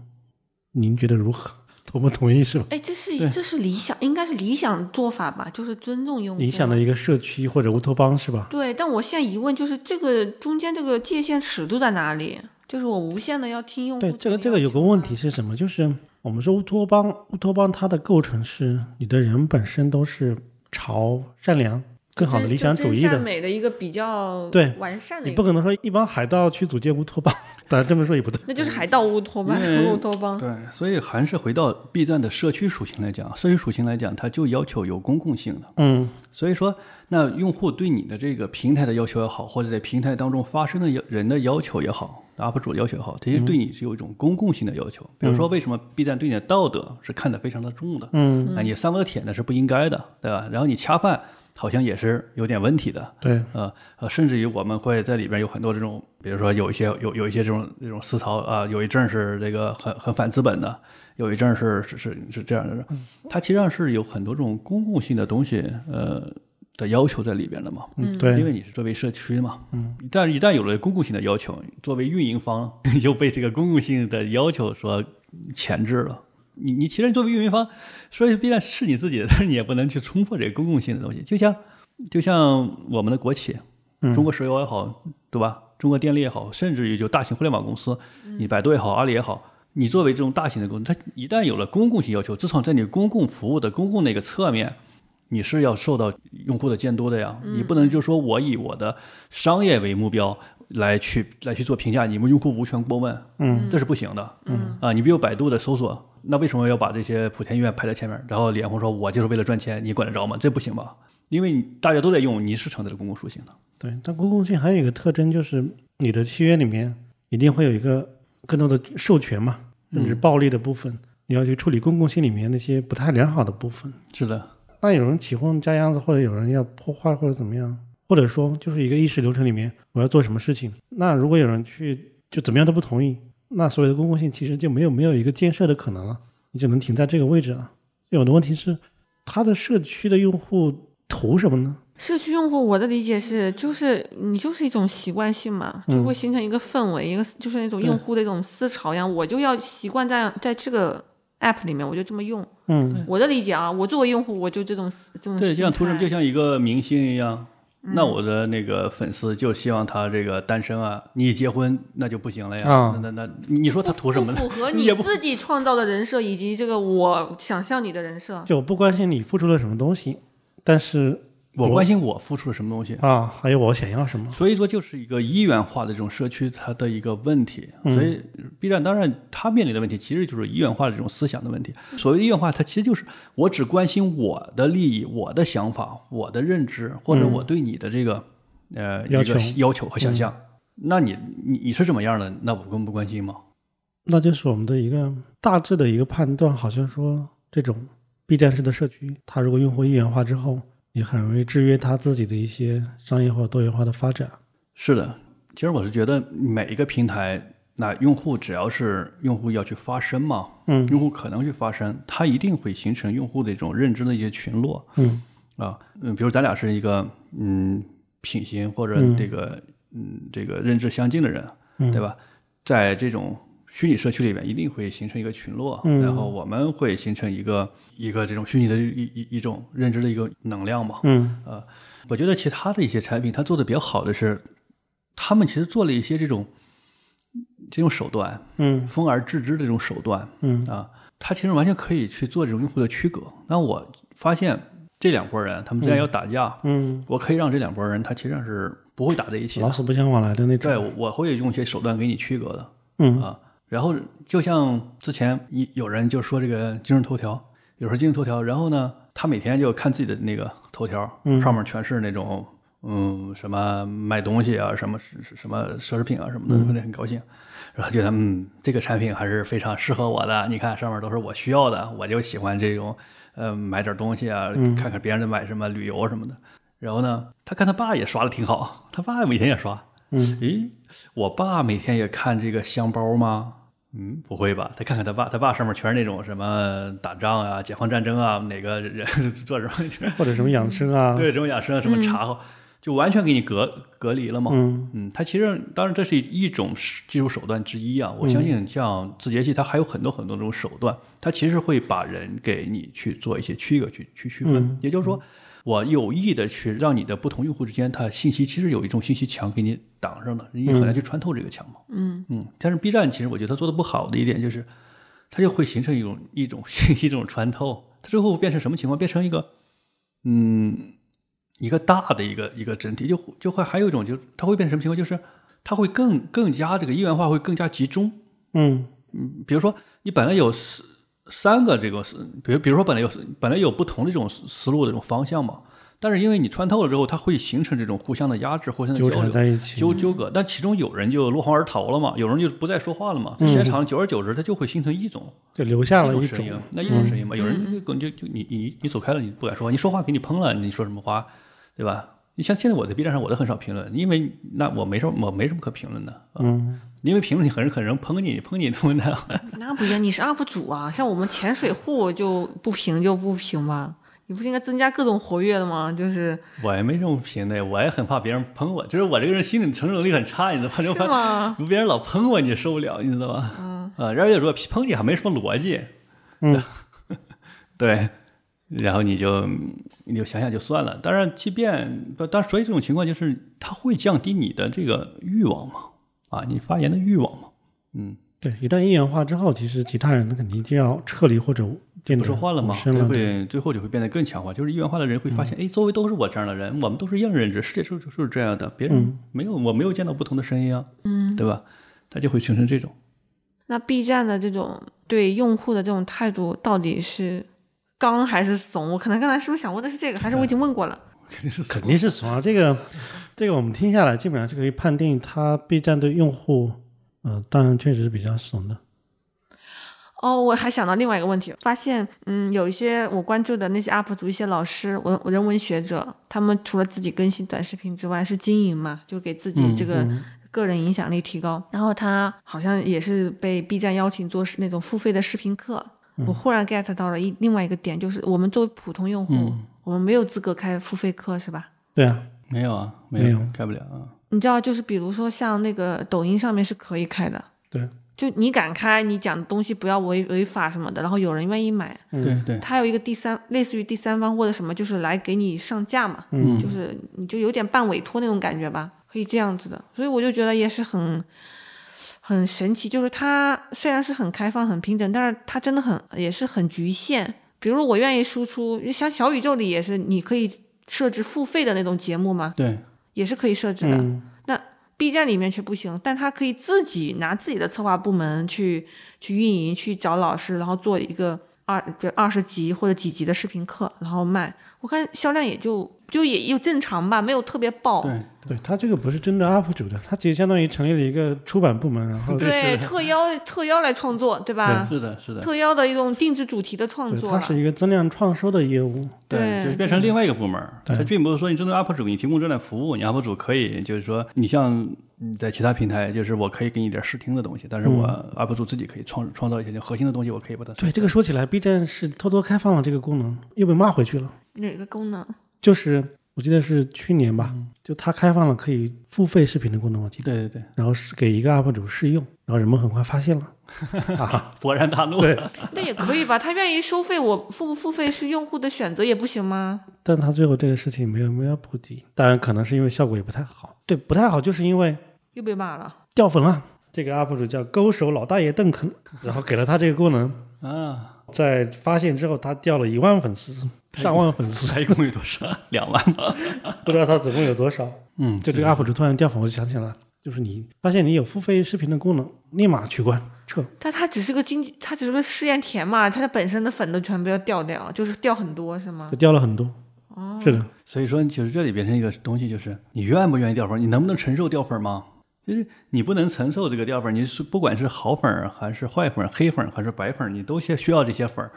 Speaker 2: 您觉得如何？同不同意是吧？
Speaker 3: 哎，这是
Speaker 1: 对
Speaker 3: 这是理想，应该是理想做法吧，就是尊重用户。
Speaker 2: 理想的一个社区或者乌托邦是吧？
Speaker 3: 对，但我现在疑问就是这个中间这个界限尺度在哪里？就是我无限的要听用户。
Speaker 2: 对，这个这个有个问题，是什么？就是我们说乌托邦，乌托邦它的构成是你的人本身都是朝善良、更好的理想主义的
Speaker 3: 善，美的一个比较
Speaker 2: 对
Speaker 3: 完善的
Speaker 2: 你
Speaker 3: 一
Speaker 2: 不
Speaker 3: 个，
Speaker 2: 可能说一帮海盗去组建乌托邦，咱这么说也不对。
Speaker 3: 那就是海盗乌托邦
Speaker 1: 因，为
Speaker 3: 乌托邦。
Speaker 1: 对，所以还是回到 B 站的社区属性来讲，社区属性来讲，它就要求有公共性的。
Speaker 2: 嗯，
Speaker 1: 所以说，那用户对你的这个平台的要求也好，或者在平台当中发声的要人的要求也好，UP 主的要求也好，其实对
Speaker 2: 嗯
Speaker 1: 你是有一种公共性的要求。比如说，为什么 B 站对你的道德是看得非常的重的？
Speaker 2: 嗯，
Speaker 1: 啊，你三文铁呢是不应该的，对吧？然后你恰饭好像也是有点问题的，
Speaker 2: 对，
Speaker 1: 呃呃，甚至于我们会在里边有很多这种，比如说有一些有有一些这种这种思潮啊、有一阵儿是这个很很反资本的，有一阵儿是是是是这样的，它其实上是有很多这种公共性的东西，呃的要求在里边的嘛。
Speaker 2: 嗯，
Speaker 1: 因
Speaker 2: 对，
Speaker 1: 为你是作为社区嘛，嗯，但一旦有了公共性的要求，作为运营方 你就被这个公共性的要求所钳制了。你你其实作为运营方，说句必然是你自己的，但是你也不能去冲破这个公共性的东西。就像就像我们的国企，中国石油也好，对吧？中国电力也好，甚至于就大型互联网公司，你百度也好，阿里也好，你作为这种大型的公司，它一旦有了公共性要求，至少在你公共服务的公共那个侧面，你是要受到用户的监督的呀。你不能就说我以我的商业为目标来去来去做评价，你们用户无权过问，嗯，这是不行的，嗯啊，你比如百度的搜索，那为什么要把这些莆田医院排在前面？然后脸红说，我就是为了赚钱，你管得着吗？这不行吧？因为你大家都在用，你是承载着公共属性的。
Speaker 2: 对。但公共性还有一个特征就是，你的契约里面一定会有一个更多的授权嘛，甚
Speaker 1: 嗯
Speaker 2: 至暴力的部分，你要去处理公共性里面那些不太良好的部分。
Speaker 1: 是的，
Speaker 2: 那有人起哄加秧子，或者有人要破坏，或者怎么样，或者说就是一个意识流程里面我要做什么事情，那如果有人去就怎么样都不同意，那所有的公共性其实就没有没有一个建设的可能了，你只能停在这个位置了。有的问题是，他的社区的用户图什么呢？
Speaker 3: 社区用户，我的理解是，就是你就是一种习惯性嘛，
Speaker 1: 嗯
Speaker 3: 就会形成一个氛围，一个就是那种用户的一种思潮一样，我就要习惯在在这个 app 里面，我就这么用。
Speaker 2: 嗯，
Speaker 3: 我的理解啊，我作为用户，我就这种这种
Speaker 1: 对，就像
Speaker 3: 嗯心
Speaker 1: 图什么，
Speaker 3: 态
Speaker 1: 就像一个明星一样。那我的那个粉丝就希望他这个单身啊，你结婚那就不行了呀。
Speaker 2: 啊
Speaker 1: 那那那，你说他图什么呢？
Speaker 3: 不符 合
Speaker 1: 也
Speaker 3: 你
Speaker 1: 不
Speaker 3: 自己创造的人设，以及这个我想象你的人设。
Speaker 2: 就我不关心你付出了什么东西，但是
Speaker 1: 我关心我付出了什么东西。
Speaker 2: 啊，还有我想要什么。
Speaker 1: 所以说，就是一个一元化的这种社区，它的一个问题。
Speaker 2: 嗯
Speaker 1: 所以，B 站当然它面临的问题，其实就是一元化的这种思想的问题。所谓一元化，它其实就是我只关心我的利益、我的想法、我的认知，或者我对你的这个、呃
Speaker 2: 要
Speaker 1: 一个
Speaker 2: 求嗯
Speaker 1: 要求和想象。那你你你是怎么样的？那我关不关心吗？
Speaker 2: 那就是我们的一个大致的一个判断，好像说这种 B 站式的社区，它如果用户一元化之后，也很容易制约它自己的一些商业或者多元化的发展。
Speaker 1: 是的，其实我是觉得每一个平台，那用户只要是用户要去发声嘛，
Speaker 2: 嗯
Speaker 1: 用户可能去发声，它一定会形成用户的一种认知的一些群落
Speaker 2: 嗯
Speaker 1: 啊，嗯，比如咱俩是一个嗯品行或者
Speaker 2: 嗯
Speaker 1: 这个嗯这个认知相近的人，
Speaker 2: 嗯
Speaker 1: 对吧？在这种虚拟社区里面一定会形成一个群落，
Speaker 2: 嗯
Speaker 1: 然后我们会形成一个一个这种虚拟的一一一种认知的一个能量嘛。
Speaker 2: 嗯
Speaker 1: 我觉得其他的一些产品，它做的比较好的是，他们其实做了一些这种这种手段，
Speaker 2: 嗯
Speaker 1: 分而治之的这种手段，
Speaker 2: 嗯
Speaker 1: 啊，它其实完全可以去做这种用户的区隔。那我发现这两拨人，他们之间要打架，
Speaker 2: 嗯，
Speaker 1: 我可以让这两拨人，他其实上是不会打在一起
Speaker 2: 老
Speaker 1: 的。
Speaker 2: 死不相往来的那
Speaker 1: 对，
Speaker 2: 种。
Speaker 1: 我我会用一些手段给你区隔的
Speaker 2: 嗯
Speaker 1: 啊。然后就像之前一有人就说这个今日头条，有时候今日头条，然后呢，他每天就看自己的那个头条，
Speaker 2: 嗯
Speaker 1: 上面全是那种嗯什么卖东西啊，什么什么奢侈品啊什么
Speaker 2: 嗯
Speaker 1: 的，他就很高兴。然后觉得嗯，这个产品还是非常适合我的。你看上面都是我需要的，我就喜欢这种，呃，买点东西啊，
Speaker 2: 嗯
Speaker 1: 看看别人在买什么，旅游什么的。然后呢，他看他爸也刷的挺好，他爸每天也刷。
Speaker 2: 嗯
Speaker 1: 诶，我爸每天也看这个箱包吗？嗯，不会吧？他看看他爸，他爸上面全是那种什么打仗啊、解放战争啊，哪个人 做什么， 就是
Speaker 2: 或者什么养生啊？
Speaker 1: 对，这种养生啊什么茶，就完全给你隔隔离了嘛。
Speaker 2: 嗯
Speaker 1: 嗯，它其实当然这是一种技术手段之一啊。我
Speaker 2: 嗯
Speaker 1: 相信像字节系，它还有很多很多这种手段，它其实会把人给你去做一些区隔、去去区分。
Speaker 2: 嗯
Speaker 1: 也就是说，我有意的去让你的不同用户之间，它信息其实有一种信息墙给你挡上了，你很难去穿透这个墙嘛。
Speaker 3: 嗯
Speaker 1: 嗯，但是 B 站其实我觉得它做的不好的一点就是，它就会形成一种一种信息这种穿透，它最后变成什么情况？变成一个嗯一个大的一个一个整体，就会就会还有一种就是它会变成什么情况？就是它会更更加这个一元化会更加集中。
Speaker 2: 嗯
Speaker 1: 嗯，比如说你本来有四三个这个思，比如比如说本来有四本来有不同的这种思思路的这种方向嘛，但是因为你穿透了之后，它会形成这种互相的压制、互相的
Speaker 2: 纠
Speaker 1: 交
Speaker 2: 缠
Speaker 1: 流。
Speaker 2: 在一起。
Speaker 1: 纠纠葛，但其中有人就落荒而逃了嘛，有人就不再说话了嘛。这
Speaker 2: 嗯
Speaker 1: 时间长了，久而久之，它就会形成一种
Speaker 2: 就留下了
Speaker 1: 一
Speaker 2: 一
Speaker 1: 声
Speaker 2: 种嗯
Speaker 1: 音，那一种声音嘛。有人就就就你你你走开了，你不敢说话，你说话给你喷了，你说什么话，对吧？你像现在我在 B 站上，我都很少评论，因为那我没什么我没什么可评论的，啊
Speaker 2: 嗯
Speaker 1: 因为评论你很很容易喷你，你喷你他妈的。
Speaker 3: 那不一样，你是 UP 主啊，像我们潜水户就不评就不评吧，你不是应该增加各种活跃的吗？就是
Speaker 1: 我也没什么评的，我也很怕别人喷我，就是我这个人心理承受能力很差，你知道吧？就是怕
Speaker 3: 吗？
Speaker 1: 别人老喷我，你受不了，你知道吧？嗯，啊，而且说喷你还没什么逻辑，
Speaker 2: 嗯，
Speaker 1: 对，然后你就你就想想就算了。当然，即便当所以这种情况就是它会降低你的这个欲望嘛，啊，你发言的欲望嘛，嗯，
Speaker 2: 对，一旦一元化之后，其实其他人他肯定就要撤离或者变
Speaker 1: 不
Speaker 2: 得
Speaker 1: 说话了嘛，
Speaker 2: 深
Speaker 1: 就
Speaker 2: 了。
Speaker 1: 会最后就会变得更强化。就是一元化的人会发
Speaker 2: 嗯
Speaker 1: 现，哎、周围都是我这样的人，我们都是一样的认知，世界就是就是这样的，别人
Speaker 2: 嗯
Speaker 1: 没有、我没有见到不同的声音啊，
Speaker 3: 嗯，
Speaker 1: 对吧？他就会形成这种。
Speaker 3: 那 B 站的这种对用户的这种态度到底是刚还是怂？我可能刚才是不是想问的是这个，还是我已经问过了？
Speaker 1: 肯定是
Speaker 2: 肯定是怂啊！这个，这个我们听下来，基本上就可以判定它 B 站对用户，嗯、当然确实是比较怂的。
Speaker 3: 哦，我还想到另外一个问题，发现嗯，有一些我关注的那些 UP 主、一些老师、文人文学者，他们除了自己更新短视频之外，是经营嘛，就给自己这个个人影响力提高。然后他好像也是被 B 站邀请做是那种付费的视频课。我忽然 get 到了一另外一个点，就是我们作为普通用户，
Speaker 1: 嗯
Speaker 3: 我们没有资格开付费课，是吧？
Speaker 2: 对啊，
Speaker 1: 没有啊，
Speaker 2: 没
Speaker 1: 有
Speaker 2: 有，
Speaker 1: 开不了啊。
Speaker 3: 你知道，就是比如说像那个抖音上面是可以开的，
Speaker 2: 对，
Speaker 3: 就你敢开，你讲的东西不要违违法什么的，然后有人愿意买，
Speaker 2: 嗯
Speaker 1: 对对，
Speaker 3: 它有一个第三，类似于第三方或者什么，就是来给你上架嘛，
Speaker 1: 嗯
Speaker 3: 就是你就有点半委托那种感觉吧，可以这样子的，所以我就觉得也是很很神奇，就是它虽然是很开放、很平等，但是它真的很也是很局限。比如我愿意输出，像小宇宙里也是，你可以设置付费的那种节目嘛，
Speaker 1: 对，
Speaker 3: 也是可以设置的。
Speaker 2: 嗯
Speaker 3: B 站里面却不行，但他可以自己拿自己的策划部门去去运营，去找老师，然后做一个二比如二十集或者几集的视频课，然后卖。我看销量也就就也也正常吧，没有特别爆。
Speaker 1: 对，
Speaker 2: 对，它这个不是真的 UP 主的，它其实相当于成立了一个出版部门，然后
Speaker 1: 对是的
Speaker 3: 特邀特邀来创作，对吧？
Speaker 1: 是的，是的，
Speaker 3: 特邀的一种定制主题的创
Speaker 2: 对，
Speaker 3: 作
Speaker 2: 它
Speaker 3: 了。
Speaker 2: 是一个增量创收的业务。
Speaker 3: 对
Speaker 1: 就是变成另外一个部门儿。
Speaker 2: 对
Speaker 1: 它并不是说你针对 UP 主给你提供这类服务，你 UP 主可以就是说，你像你在其他平台，就是我可以给你点试听的东西，但是我 UP 主自己可以创创造一些就核心的东西，我可以把它。
Speaker 2: 嗯对，这个说起来，B 站是偷偷开放了这个功能，又被骂回去了。
Speaker 3: 哪个功能？
Speaker 2: 就是我记得是去年吧，
Speaker 3: 嗯
Speaker 2: 就它开放了可以付费视频的功能，我记得，
Speaker 1: 对对对，
Speaker 2: 然后是给一个 UP 主试用，然后人们很快发现 了，啊，
Speaker 1: 勃然大怒。
Speaker 2: 对，
Speaker 3: 那也可以吧？他愿意收费，我付不付费是用户的选择，也不行吗？
Speaker 2: 但它最后这个事情没有没有普及，当然可能是因为效果也不太好，对，不太好就是因为
Speaker 3: 又被骂了。
Speaker 2: 掉粉了。这个 UP 主叫勾手老大爷邓肯， 然后给了他这个功能，
Speaker 1: 啊，
Speaker 2: 在发现之后，他掉了一万粉丝， 上万粉丝，
Speaker 1: 他一共有多少？两万吧。
Speaker 2: 不知道他总共有多少。
Speaker 1: 嗯，
Speaker 2: 就这个 UP 主突然掉粉，我就想起来了，就是你发现你有付费视频的功能，立马取关撤。
Speaker 3: 但它只是个经济，它只是个试验田嘛，它的本身的粉都全部要掉掉，就是掉很多是吗
Speaker 2: 就？掉了很多。是的，
Speaker 1: 所以说，其实这里边是一个东西，就是你愿不愿意掉粉，你能不能承受掉粉吗？就是你不能承受这个掉粉，你是不管是好粉儿还是坏粉儿、黑粉儿还是白粉儿，你都需需要这些粉儿。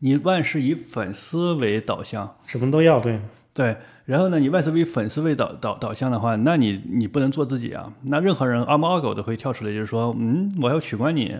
Speaker 1: 你万事以粉丝为导向，
Speaker 2: 什么都要对。
Speaker 1: 对，然后呢，你万事以粉丝为导导导向的话，那你你不能做自己啊。那任何人阿猫阿狗都会跳出来，就是说，嗯，我要取关你，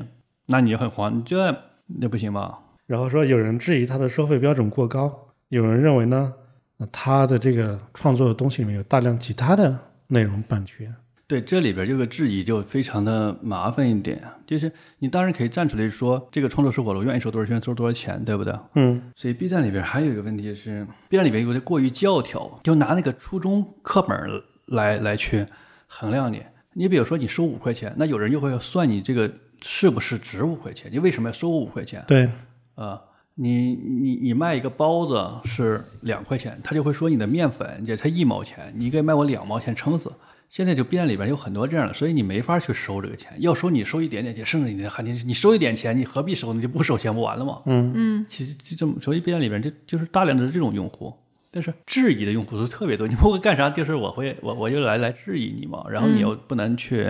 Speaker 1: 那你就很慌，你这那不行吧？
Speaker 2: 然后说有人质疑他的收费标准过高，有人认为呢，那他的这个创作的东西里面有大量其他的内容版权。
Speaker 1: 对，这里边这个质疑就非常的麻烦一点，啊就是你当然可以站出来说这个创作是我的，我愿意收多少钱收多少钱，对不对？
Speaker 2: 嗯，
Speaker 1: 所以 B 站里边还有一个问题是，B 站里边有点过于教条，就拿那个初中课本儿来来去衡量你。你比如说你收五块钱，那有人就会算你这个是不是值五块钱，你为什么要收我五块钱？
Speaker 2: 对，
Speaker 1: 啊，你你你卖一个包子是两块钱，他就会说你的面粉也才一毛钱，你应该卖我两毛钱，撑死。现在就 B 站里边有很多这样的，所以你没法去收这个钱，要收你收一点点钱，甚至你还你你收一点钱，你何必收呢？你就不收钱不完了吗？
Speaker 3: 嗯，
Speaker 1: 其实就这么，所以 B 站里边就就是大量的这种用户，但是质疑的用户是特别多。你问我干啥，就是我会我我就来来质疑你嘛，然后你又不能去、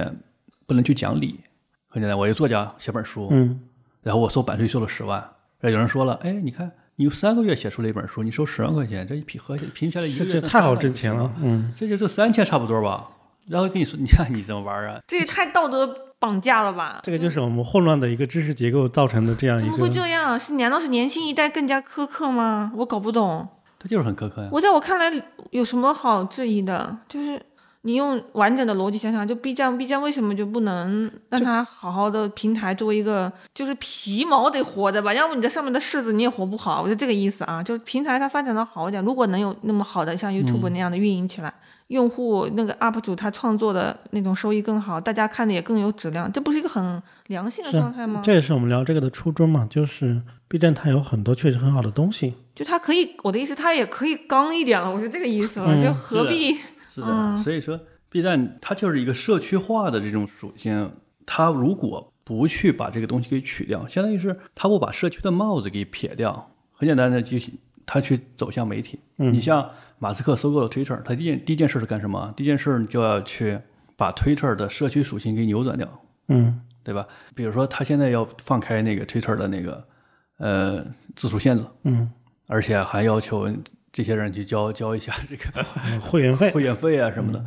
Speaker 1: 不能去讲理，很简单，我一个作家写本书，
Speaker 2: 嗯，
Speaker 1: 然后我收版税收了十万，然后有人说了，哎，你看你三个月写出了一本书，你收十万块钱，这一批合起平下来一个
Speaker 2: 这
Speaker 1: 月
Speaker 2: 这
Speaker 1: 挣
Speaker 2: 太好
Speaker 1: 300
Speaker 2: 挣钱了。嗯，
Speaker 1: 这就这三千差不多吧。然后跟你说，你看你怎么玩啊？
Speaker 3: 这也太道德绑架了吧？
Speaker 2: 这个就是我们混乱的一个知识结构造成的这样
Speaker 3: 怎
Speaker 2: 一
Speaker 3: 么
Speaker 2: 个
Speaker 3: 会。这样？是难道是年轻一代更加苛刻吗？我搞不懂。
Speaker 1: 他就是很苛刻呀、
Speaker 3: 我在我看来有什么好质疑的？就是你用完整的逻辑想想，就 B 站，B 站为什么就不能让它好好的平台作为一个，就是皮毛得活着吧？要不你在上面的柿子你也活不好，我就这个意思啊。就是平台它发展的好一点，如果能有那么好的像 YouTube 那样的运营起来。用户那个 UP 主他创作的那种收益更好，大家看的也更有质量，这不是一个很良性的
Speaker 2: 是
Speaker 3: 状态吗？
Speaker 2: 这也是我们聊这个的初衷嘛，就是 B 站它有很多确实很好的东西，
Speaker 3: 就他可以，我的意思，他也可以刚一点了，我是这个意思了，
Speaker 2: 嗯
Speaker 3: 就何必
Speaker 1: 是的，所以说 B 站它就是一个社区化的这种属性，它如果不去把这个东西给取掉，相当于是它不把社区的帽子给撇掉。很简单的，就是它去走向媒体。你像马斯克收购了 Twitter，他第一件第一件事是干什么？第一件事就要去把 Twitter 的社区属性给扭转掉。
Speaker 2: 嗯，
Speaker 1: 对吧？比如说，他现在要放开那个 Twitter 的那个呃字数限制，
Speaker 2: 嗯，
Speaker 1: 而且还要求这些人去交交一下这个
Speaker 2: 会员费，
Speaker 1: 会员费啊什么的，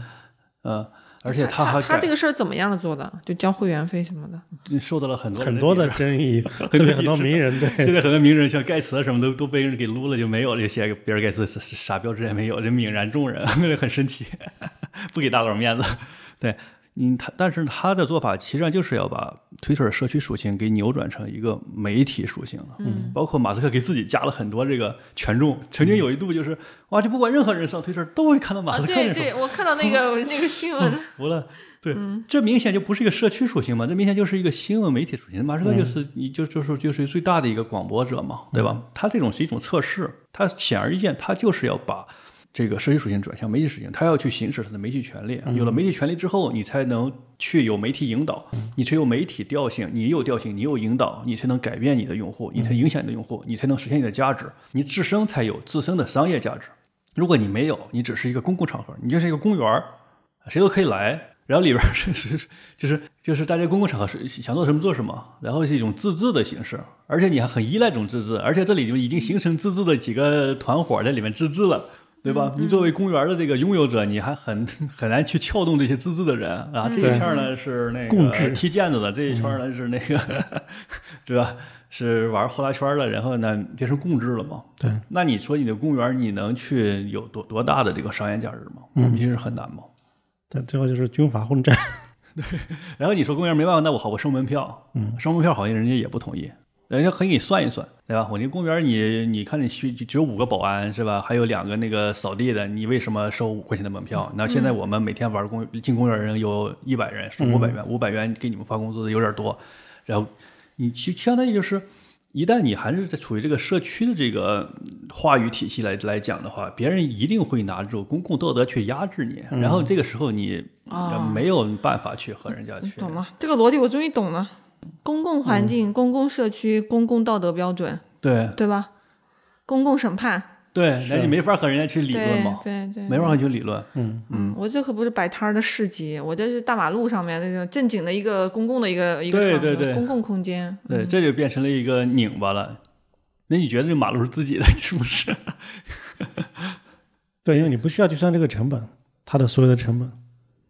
Speaker 1: 呃，而且他还
Speaker 3: 他这
Speaker 1: 改
Speaker 3: 个事儿怎么样做的？就交会员费什么 的，
Speaker 1: 受到了很多人
Speaker 2: 很多
Speaker 1: 抵
Speaker 2: 的
Speaker 1: 制。
Speaker 2: 争议，特别很多名人对
Speaker 1: 现在很多名人像盖茨啊什么都都被人给撸了，就没有了。写比尔盖茨是是啥标志也没有，这泯然众人， 很神奇，不给大佬面子。对，嗯，他但是他的做法其实上就是要把 Twitter 社区属性给扭转成一个媒体属性了。
Speaker 3: 嗯，
Speaker 1: 包括马斯克给自己加了很多这个权重，曾经有一度就是、哇，就不管任何人上推特都会看到马
Speaker 3: 啊，
Speaker 1: 斯克
Speaker 3: 对
Speaker 1: 那种，
Speaker 3: 对，我看到那个那个新闻，
Speaker 1: 服了。对，这明显就不是一个社区属性嘛，这明显就是一个新闻媒体属性。马斯克就是你、就就是就是最大的一个广播者嘛，对吧？他这种是一种测试，他显而易见，他就是要把。这个社区属性转向媒体属性，他要去行使他的媒体权利。有了媒体权利之后，你才能去有媒体引导，你才有媒体调性，你有调性，你有引导，你才能改变你的用户，你才影响你的用户，你才能实现你的价值，你自身才有自身的商业价值。如果你没有，你只是一个公共场合，你就是一个公园儿，谁都可以来。然后里边儿是是是就是就是大家公共场合是想做什么做什么，然后是一种自治的形式，而且你还很依赖这种自治，而且这里就已经形成自治的几个团伙在里面自治了，对
Speaker 2: 嗯
Speaker 1: 吧？你作为公园的这个拥有者，你还很 很难去撬动这些自治的人啊。这一片儿呢是那
Speaker 2: 嗯共
Speaker 1: 个
Speaker 2: 治嗯
Speaker 1: 踢毽子的，这一圈儿呢是那个， 对吧？是玩呼啦圈儿的，然后呢变成共治了嘛？
Speaker 2: 对，
Speaker 1: 那你说你的公园，你能去有多多大的这个商业价值吗？
Speaker 2: 嗯
Speaker 1: 其实很难嘛。
Speaker 2: 但最后就是军阀混战，
Speaker 1: 然后你说公园没办法，那我好我收门票，
Speaker 2: 嗯，
Speaker 1: 收门票好像人家也不同意，人家可以给你算一算，对吧？我这公园你你看你需只有五个保安是吧？还有两个那个扫地的，你为什么收五块钱的门票？那现在我们每天玩公进公园人有一百人，收五百元，五百元给你们发工资的有点多，然后你其相当于就是。一旦你还是在处于这个社区的这个话语体系来来讲的话，别人一定会拿这种公共道德去压制你，然后这个时候你、呃
Speaker 3: 哦
Speaker 1: 没有办法去和人家去
Speaker 3: 嗯懂了，这个逻辑我终于懂了。公共
Speaker 1: 嗯
Speaker 3: 环境、公共社区、公共道德标准，
Speaker 1: 对
Speaker 3: 对吧？公共审判，
Speaker 1: 对，
Speaker 2: 是
Speaker 1: 那你没法和人家去理论
Speaker 3: 对
Speaker 1: 嘛，
Speaker 3: 对对，
Speaker 1: 没法和你去理论。
Speaker 2: 嗯，
Speaker 3: 嗯，我这可不是摆摊儿的市集，我这是大马路上面那种正经的一个公共的一个一个
Speaker 1: 对
Speaker 3: 场合，
Speaker 1: 对对
Speaker 3: 公共空间。嗯
Speaker 1: 对，这就变成了一个拧巴了。那你觉得这马路是自己的， 是不是？
Speaker 2: 对，因为你不需要计算这个成本，它的所有的成本，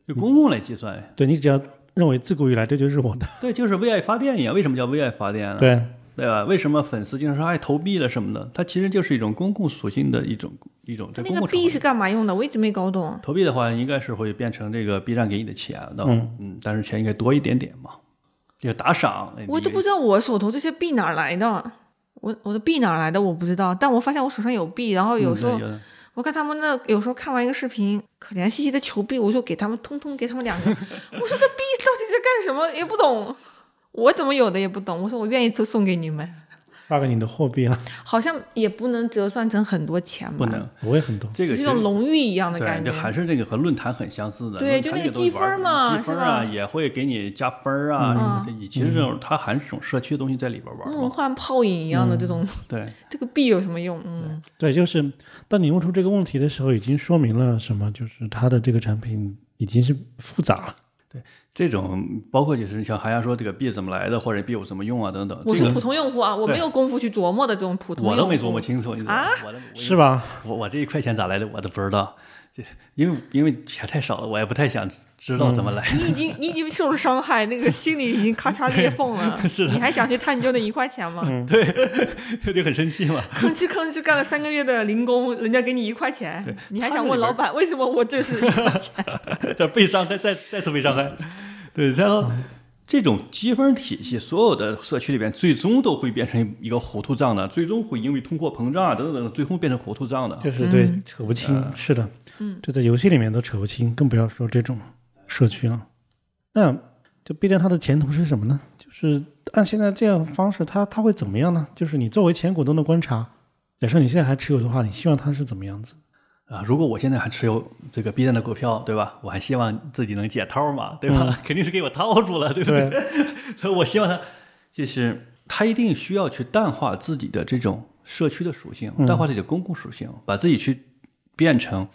Speaker 1: 就公共来计算，
Speaker 2: 对你只要认为自古以来这就是我的，
Speaker 1: 对，就是为爱发电一样。为什么叫为爱发电呢？啊
Speaker 2: 对，
Speaker 1: 对吧？为什么粉丝经常说爱投币了什么的？它其实就是一种公共属性的一种一种对
Speaker 3: 那
Speaker 1: 公
Speaker 3: 个
Speaker 1: 共场
Speaker 3: B
Speaker 1: 合
Speaker 3: 是干嘛用的？我一直没搞懂。
Speaker 1: 投币的话，应该是会变成这个 B 站给你的钱的，
Speaker 2: 嗯
Speaker 1: 但是钱应该多一点点嘛，就打赏。哎
Speaker 3: 我
Speaker 1: 你
Speaker 3: 都不知道我手头这些币哪儿来的，我我的币哪儿来的我不知道，但我发现我手上有币，然后有
Speaker 1: 嗯
Speaker 3: 时候、
Speaker 1: 对有的
Speaker 3: 我看他们那有时候看完一个视频，可怜兮兮的求币，我就给他们通通给他们两个，我 说这币到底在干什么也不懂，我怎么有的也不懂，我说我愿意都送给你们，
Speaker 2: 发给你的货币 啊，
Speaker 3: 好像也不能折算成很多钱吧，
Speaker 1: 不能，
Speaker 2: 我也很多，
Speaker 1: 这个
Speaker 3: 啊只是
Speaker 1: 其
Speaker 3: 一
Speaker 1: 实
Speaker 3: 种荣誉一样的
Speaker 1: 对，
Speaker 3: 感觉
Speaker 1: 这。还是这个和论坛很相似的。
Speaker 3: 对
Speaker 1: 论
Speaker 3: 就
Speaker 1: 坛
Speaker 3: 那
Speaker 1: 这
Speaker 3: 个
Speaker 1: 东西
Speaker 3: 积
Speaker 1: 玩儿
Speaker 3: 分嘛
Speaker 1: 积
Speaker 3: 是
Speaker 1: 分啊
Speaker 3: 吧
Speaker 1: 也会给你加分儿啊
Speaker 3: 嗯
Speaker 1: 什么的。这其实这种它还是这种社区的东西在里边玩儿
Speaker 3: 梦
Speaker 1: 嘛。嗯
Speaker 3: 幻泡影一样的这种，
Speaker 1: 对，
Speaker 3: 这个币有什么用？嗯，
Speaker 2: 对，就是当你问出这个问题的时候，已经说明了什么，就是它的这个产品已经是复杂了，
Speaker 1: 这种包括就是像韩阳说这个币怎么来的，或者币有什么用啊等等，
Speaker 3: 我
Speaker 1: 这
Speaker 3: 是
Speaker 1: 个
Speaker 3: 普通用户啊，我
Speaker 1: 对
Speaker 3: 没有功夫去琢磨的这种普通用
Speaker 1: 我
Speaker 3: 户。
Speaker 1: 都没琢磨清楚，你知道吗
Speaker 3: 啊？
Speaker 1: 我都我
Speaker 2: 是吧？
Speaker 1: 我我这一块钱咋来的我都不知道，这因为因为钱太少了，我也不太想知道怎么来 的。
Speaker 3: 你已经你已经受了伤害，那个心里已经咔嚓裂缝了。
Speaker 1: 是的
Speaker 3: 你还想去探究那一块钱吗？
Speaker 1: 这就很生气嘛。
Speaker 3: 吭哧吭哧干了三个月的零工，人家给你一块钱，你还
Speaker 1: 他
Speaker 3: 想
Speaker 1: 那
Speaker 3: 问
Speaker 1: 里边
Speaker 3: 老板为什么我这是一块钱？
Speaker 1: 被伤害，再再次被伤哎害。 对，然后这种积分体系，所有的社区里边，最终都会变成一个糊涂账的，最终会因为通货膨胀啊等等等等，最终变成糊涂账的。
Speaker 2: 就是对，扯不清，是的，嗯，这在游戏里面都扯不清，更不要说这种社区了。那就 B 站它的前途是什么呢？就是按现在这样的方式，它它会怎么样呢？就是你作为前股东的观察，假设你现在还持有的话，你希望它是怎么样子？
Speaker 1: 啊，如果我现在还持有这个 B 站的股票，对吧？我还希望自己能解套嘛，对吧？ 肯定是给我套住了，对不嗯对？ 所以我希望他，就是他一定需要去淡化自己的这种社区的属性，淡化自己的公共属性，把自己去变成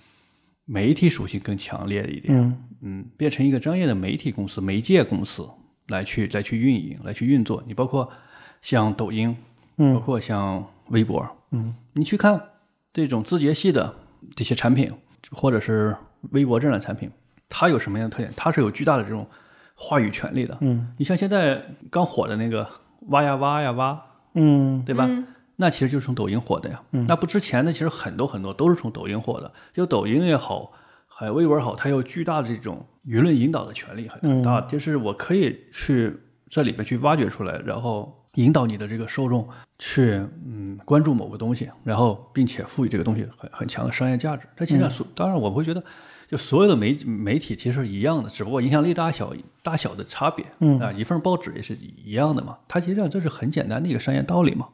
Speaker 1: 媒体属性更强烈一点。
Speaker 2: 嗯，
Speaker 1: 嗯，变成一个专业的媒体公司、媒介公司来去来去运营、来去运作。你包括像抖音，
Speaker 2: 嗯
Speaker 1: 包括像微博，
Speaker 2: 嗯，
Speaker 1: 你去看这种字节系的这些产品，或者是微博这样的产品，它有什么样的特点？它是有巨大的这种话语权利的。
Speaker 2: 嗯
Speaker 1: 你像现在刚火的那个挖呀挖呀挖，
Speaker 2: 嗯，
Speaker 1: 对吧？那其实就是从抖音火的呀。那不之前的其实很多很多都是从抖音火的，就抖音也好，还有微博也好，它有巨大的这种舆论引导的权利很很大，
Speaker 2: 嗯
Speaker 1: 就是我可以去这里边去挖掘出来，然后引导你的这个受众去嗯关注某个东西，然后并且赋予这个东西很很强的商业价值。它
Speaker 2: 嗯
Speaker 1: 其实所、当然我会觉得。就所有的媒媒体其实是一样的，只不过影响力大小大小的差别。
Speaker 2: 嗯
Speaker 1: 啊，一份报纸也是一样的嘛，它其实上这是很简单的一个商业道理嘛。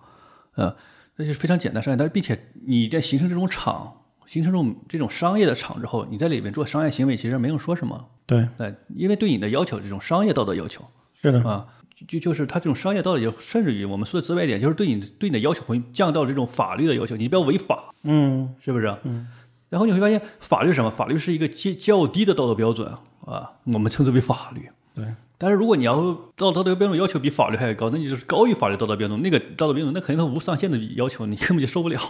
Speaker 1: 呃，那是非常简单商业，但是并且你在形成这种场，形成这种这种商业的场之后，你在里面做商业行为，其实没有说什么，
Speaker 2: 对，
Speaker 1: 呃，因为对你的要求，这种商业道德要求
Speaker 2: 是的，
Speaker 1: 啊，就就是他这种商业道德要求，甚至于我们说的直白一点，就是对你对你的要求会降到这种法律的要求，你不要违法，
Speaker 2: 嗯
Speaker 1: 是不是？嗯。然后你会发现，法律是什么？法律是一个较较低的道德标准啊，我们称之为法律。
Speaker 2: 对，
Speaker 1: 但是如果你要道道德标准要求比法律还要高，那你就是高于法律道德标准，那个道德标准那肯定是无上限的要求，你根本就受不了。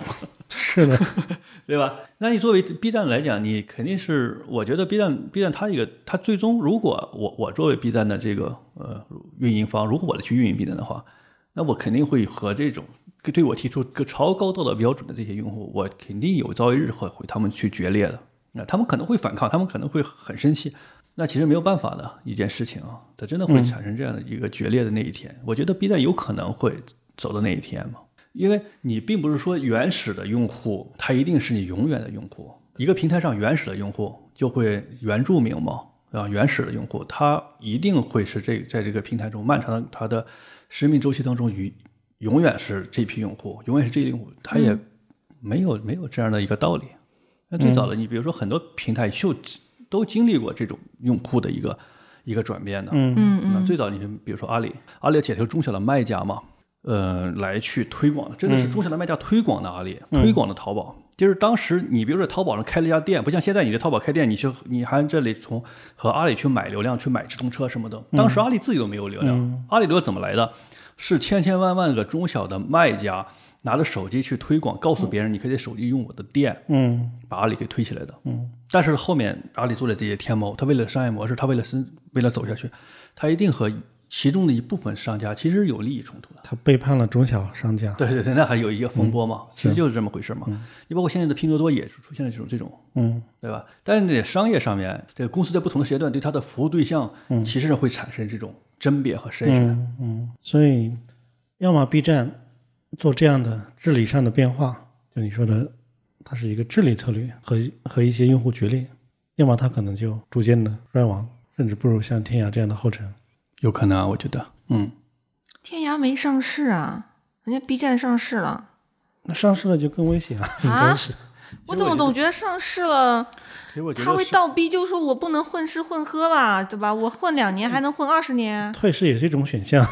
Speaker 2: 是 的，
Speaker 1: 对吧？那你作为 B 站来讲，你肯定是，我觉得 B 站 B 站它一个，它最终如果我我作为 B 站的这个呃运营方，如果我去运营 B 站的话，那我肯定会和这种对我提出个超高道德标准的这些用户，我肯定有朝一日会会他们去决裂的。那他们可能会反抗，他们可能会很生气。那其实没有办法的一件事情啊，它真的会产生这样的一个决裂的那一天。我觉得 B 站有可能会走到那一天嘛，因为你并不是说原始的用户，他一定是你永远的用户。一个平台上原始的用户就会原住民嘛，啊，原始的用户他一定会是这在这个平台中漫长的他的生命周期当中，永永远是这批用户，永远是这批用户，他也没有、没有这样的一个道理。那最早的你比如说很多平台就都经历过这种用户的一个一个转变的。
Speaker 2: 嗯
Speaker 3: 嗯
Speaker 1: 那
Speaker 3: 嗯，
Speaker 1: 最早你就比如说阿里，阿里且是中小的卖家嘛，呃，来去推广的，真的是中小的卖家推广的阿里，推广的淘宝。就是当时你比如说淘宝上开了一家店，不像现在你在淘宝开店，你去你还这里从和阿里去买流量，去买直通车什么的。当时阿里自己都没有流量，阿里流量怎么来的？是千千万万个中小的卖家拿着手机去推广，告诉别人你可以在手机用我的店，
Speaker 2: 嗯
Speaker 1: 把阿里给推起来的。
Speaker 2: 嗯，
Speaker 1: 但是后面阿里做了这些天猫，它为了商业模式，它为了生，为了走下去，它一定和其中的一部分商家其实有利益冲突的。
Speaker 2: 他背叛了中小商家。
Speaker 1: 对对对，那还有一个风波嘛，其实就是这么回事嘛。你包括现在的拼多多也是出现了这种这种，
Speaker 2: 嗯
Speaker 1: 对吧？但是在商业上面，这个公司在不同的时间段对它的服务对象，其实是会产生这种甄别和筛选。
Speaker 2: 嗯嗯，所以要么 B 站做这样的治理上的变化，就你说的，它是一个治理策略和和一些用户决裂；要么它可能就逐渐的衰亡，甚至步入像天涯这样的后尘。
Speaker 1: 有可能啊，我觉得，嗯，
Speaker 3: 天涯没上市啊，人家 B 站上市了。
Speaker 2: 那上市了就更危险啊！应
Speaker 3: 啊
Speaker 2: 该是，
Speaker 3: 我怎么总觉得上市了，
Speaker 1: 其实我觉
Speaker 3: 他
Speaker 1: 得
Speaker 3: 会
Speaker 1: 是，
Speaker 3: 倒逼，就说我不能混吃混喝吧，对吧？我混两年还能混二十年，
Speaker 2: 退市也是一种选项。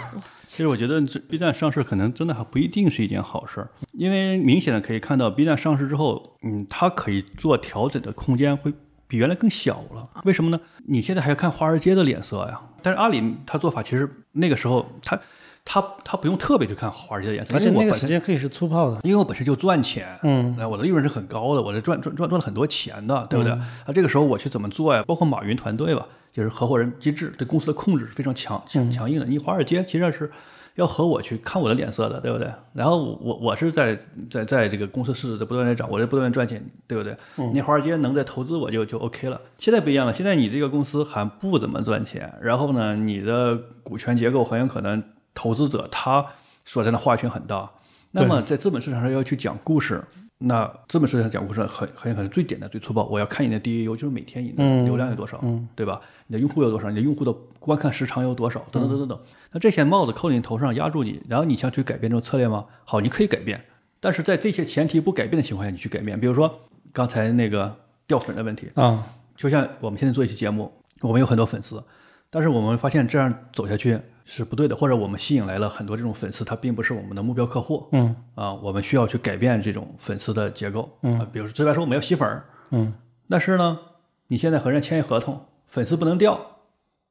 Speaker 1: 其实我觉得这 B 站上市可能真的还不一定是一件好事儿，因为明显的可以看到 B 站上市之后，嗯，它可以做调整的空间会比原来更小了。为什么呢？你现在还要看华尔街的脸色呀。但是阿里它做法其实那个时候它它它不用特别去看华尔街的脸色，
Speaker 2: 而且
Speaker 1: 因为我
Speaker 2: 那个
Speaker 1: 本
Speaker 2: 时
Speaker 1: 身
Speaker 2: 间可以是粗暴的。
Speaker 1: 因为我本身就赚钱，
Speaker 2: 嗯，
Speaker 1: 哎，我的利润是很高的，我这赚赚赚赚了很多钱的，对不对？啊，这个时候我去怎么做呀？包括马云团队吧，就是合伙人机制对公司的控制是非常强强强硬的。你华尔街其实是要和我去看我的脸色的，对不对？然后我我我是在在在这个公司市值在不断在涨，我在不断地赚钱，对不对？你华尔街能在投资我就就 OK 了。现在不一样了，现在你这个公司还不怎么赚钱，然后呢，你的股权结构很有可能投资者他所占的话语权很大。那么在资本市场上要去讲故事，那资本市场上讲故事很很有可能最简单最粗暴，我要看你的 DAU，就是每天你的
Speaker 2: 嗯
Speaker 1: 流量有多少，
Speaker 2: 嗯
Speaker 1: 对吧？你的用户有多少？你的用户的观看时长有多少？
Speaker 2: 嗯
Speaker 1: 等等等等等。那这些帽子扣你头上压住你，然后你想去改变这种策略吗？好，你可以改变，但是在这些前提不改变的情况下，你去改变。比如说刚才那个掉粉的问题，
Speaker 2: 啊，
Speaker 1: 就像我们现在做一期节目，我们有很多粉丝，但是我们发现这样走下去是不对的，或者我们吸引来了很多这种粉丝，他并不是我们的目标客户，
Speaker 2: 嗯
Speaker 1: 啊，我们需要去改变这种粉丝的结构，
Speaker 2: 嗯
Speaker 1: 啊，比如说直白说我们要吸粉儿，
Speaker 2: 嗯
Speaker 1: 但是呢，你现在和人家签一合同，粉丝不能掉，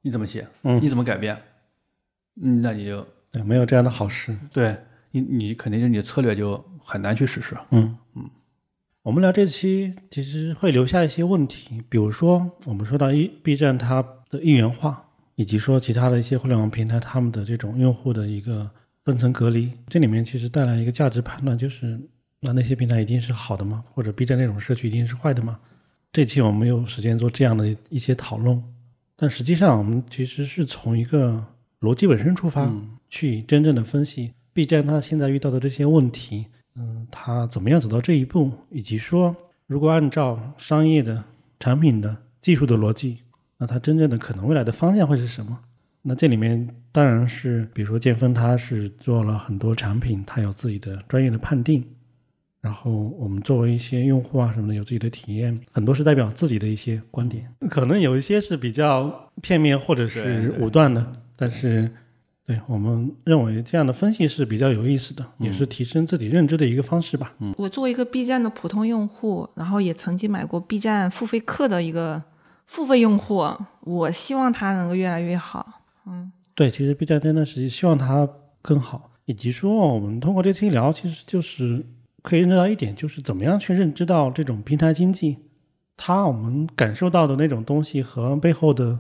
Speaker 1: 你怎么写？
Speaker 2: 嗯
Speaker 1: 你怎么改变？嗯，那你就
Speaker 2: 对，没有这样的好事。
Speaker 1: 对你，你肯定就你的策略就很难去实施。
Speaker 2: 嗯，嗯，我们聊这期其实会留下一些问题，比如说我们说到一 B 站它的一元化，以及说其他的一些互联网平台他们的这种用户的一个分层隔离，这里面其实带来一个价值判断，就是那那些平台一定是好的吗？或者 B 站那种社区一定是坏的吗？这期我们没有时间做这样的一些讨论，但实际上我们其实是从一个逻辑本身出发，去真正的分析 B 站它现在遇到的这些问题，嗯，它怎么样走到这一步，以及说如果按照商业的、产品的、技术的逻辑，那它真正的可能未来的方向会是什么？那这里面当然是，比如说建峰，他是做了很多产品，他有自己的专业的判定，然后我们作为一些用户啊什么的，有自己的体验，很多是代表自己的一些观点，可能有一些是比较片面或者
Speaker 1: 对
Speaker 2: 是
Speaker 1: 对
Speaker 2: 武断的，但是对我们认为这样的分析是比较有意思的，也
Speaker 1: 嗯
Speaker 2: 是提升自己认知的一个方式吧。
Speaker 3: 我作为一个 B 站的普通用户，然后也曾经买过 B 站付费课的一个付费用户，我希望它能够越来越好。
Speaker 2: 对，其实 B 站真的是希望它更好，以及说我们通过这期聊，其实就是可以认识到一点，就是怎么样去认知到这种平台经济，它我们感受到的那种东西和背后的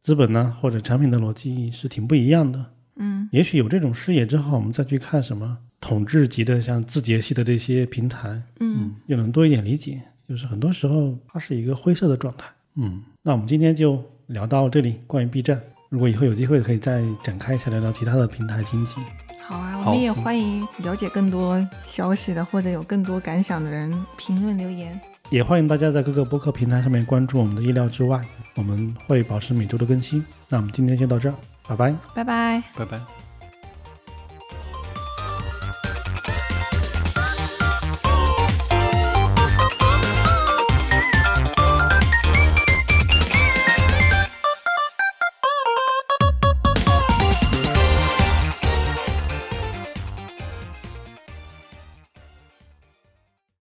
Speaker 2: 资本呢，或者产品的逻辑是挺不一样的。
Speaker 3: 嗯
Speaker 2: 也许有这种视野之后，我们再去看什么统治级的像字节系的这些平台，
Speaker 3: 嗯
Speaker 2: 又能多一点理解。就是很多时候它是一个灰色的状态。
Speaker 1: 嗯，
Speaker 2: 那我们今天就聊到这里，关于 B 站。如果以后有机会，可以再展开一下聊聊其他的平台经济。
Speaker 3: 好啊，
Speaker 1: 好嗯
Speaker 3: 我们也欢迎了解更多消息的或者有更多感想的人评论留言。
Speaker 2: 也欢迎大家在各个播客平台上面关注我们的意料之外，我们会保持每周的更新。那我们今天就到这儿，拜拜。
Speaker 3: 拜拜。
Speaker 1: 拜拜。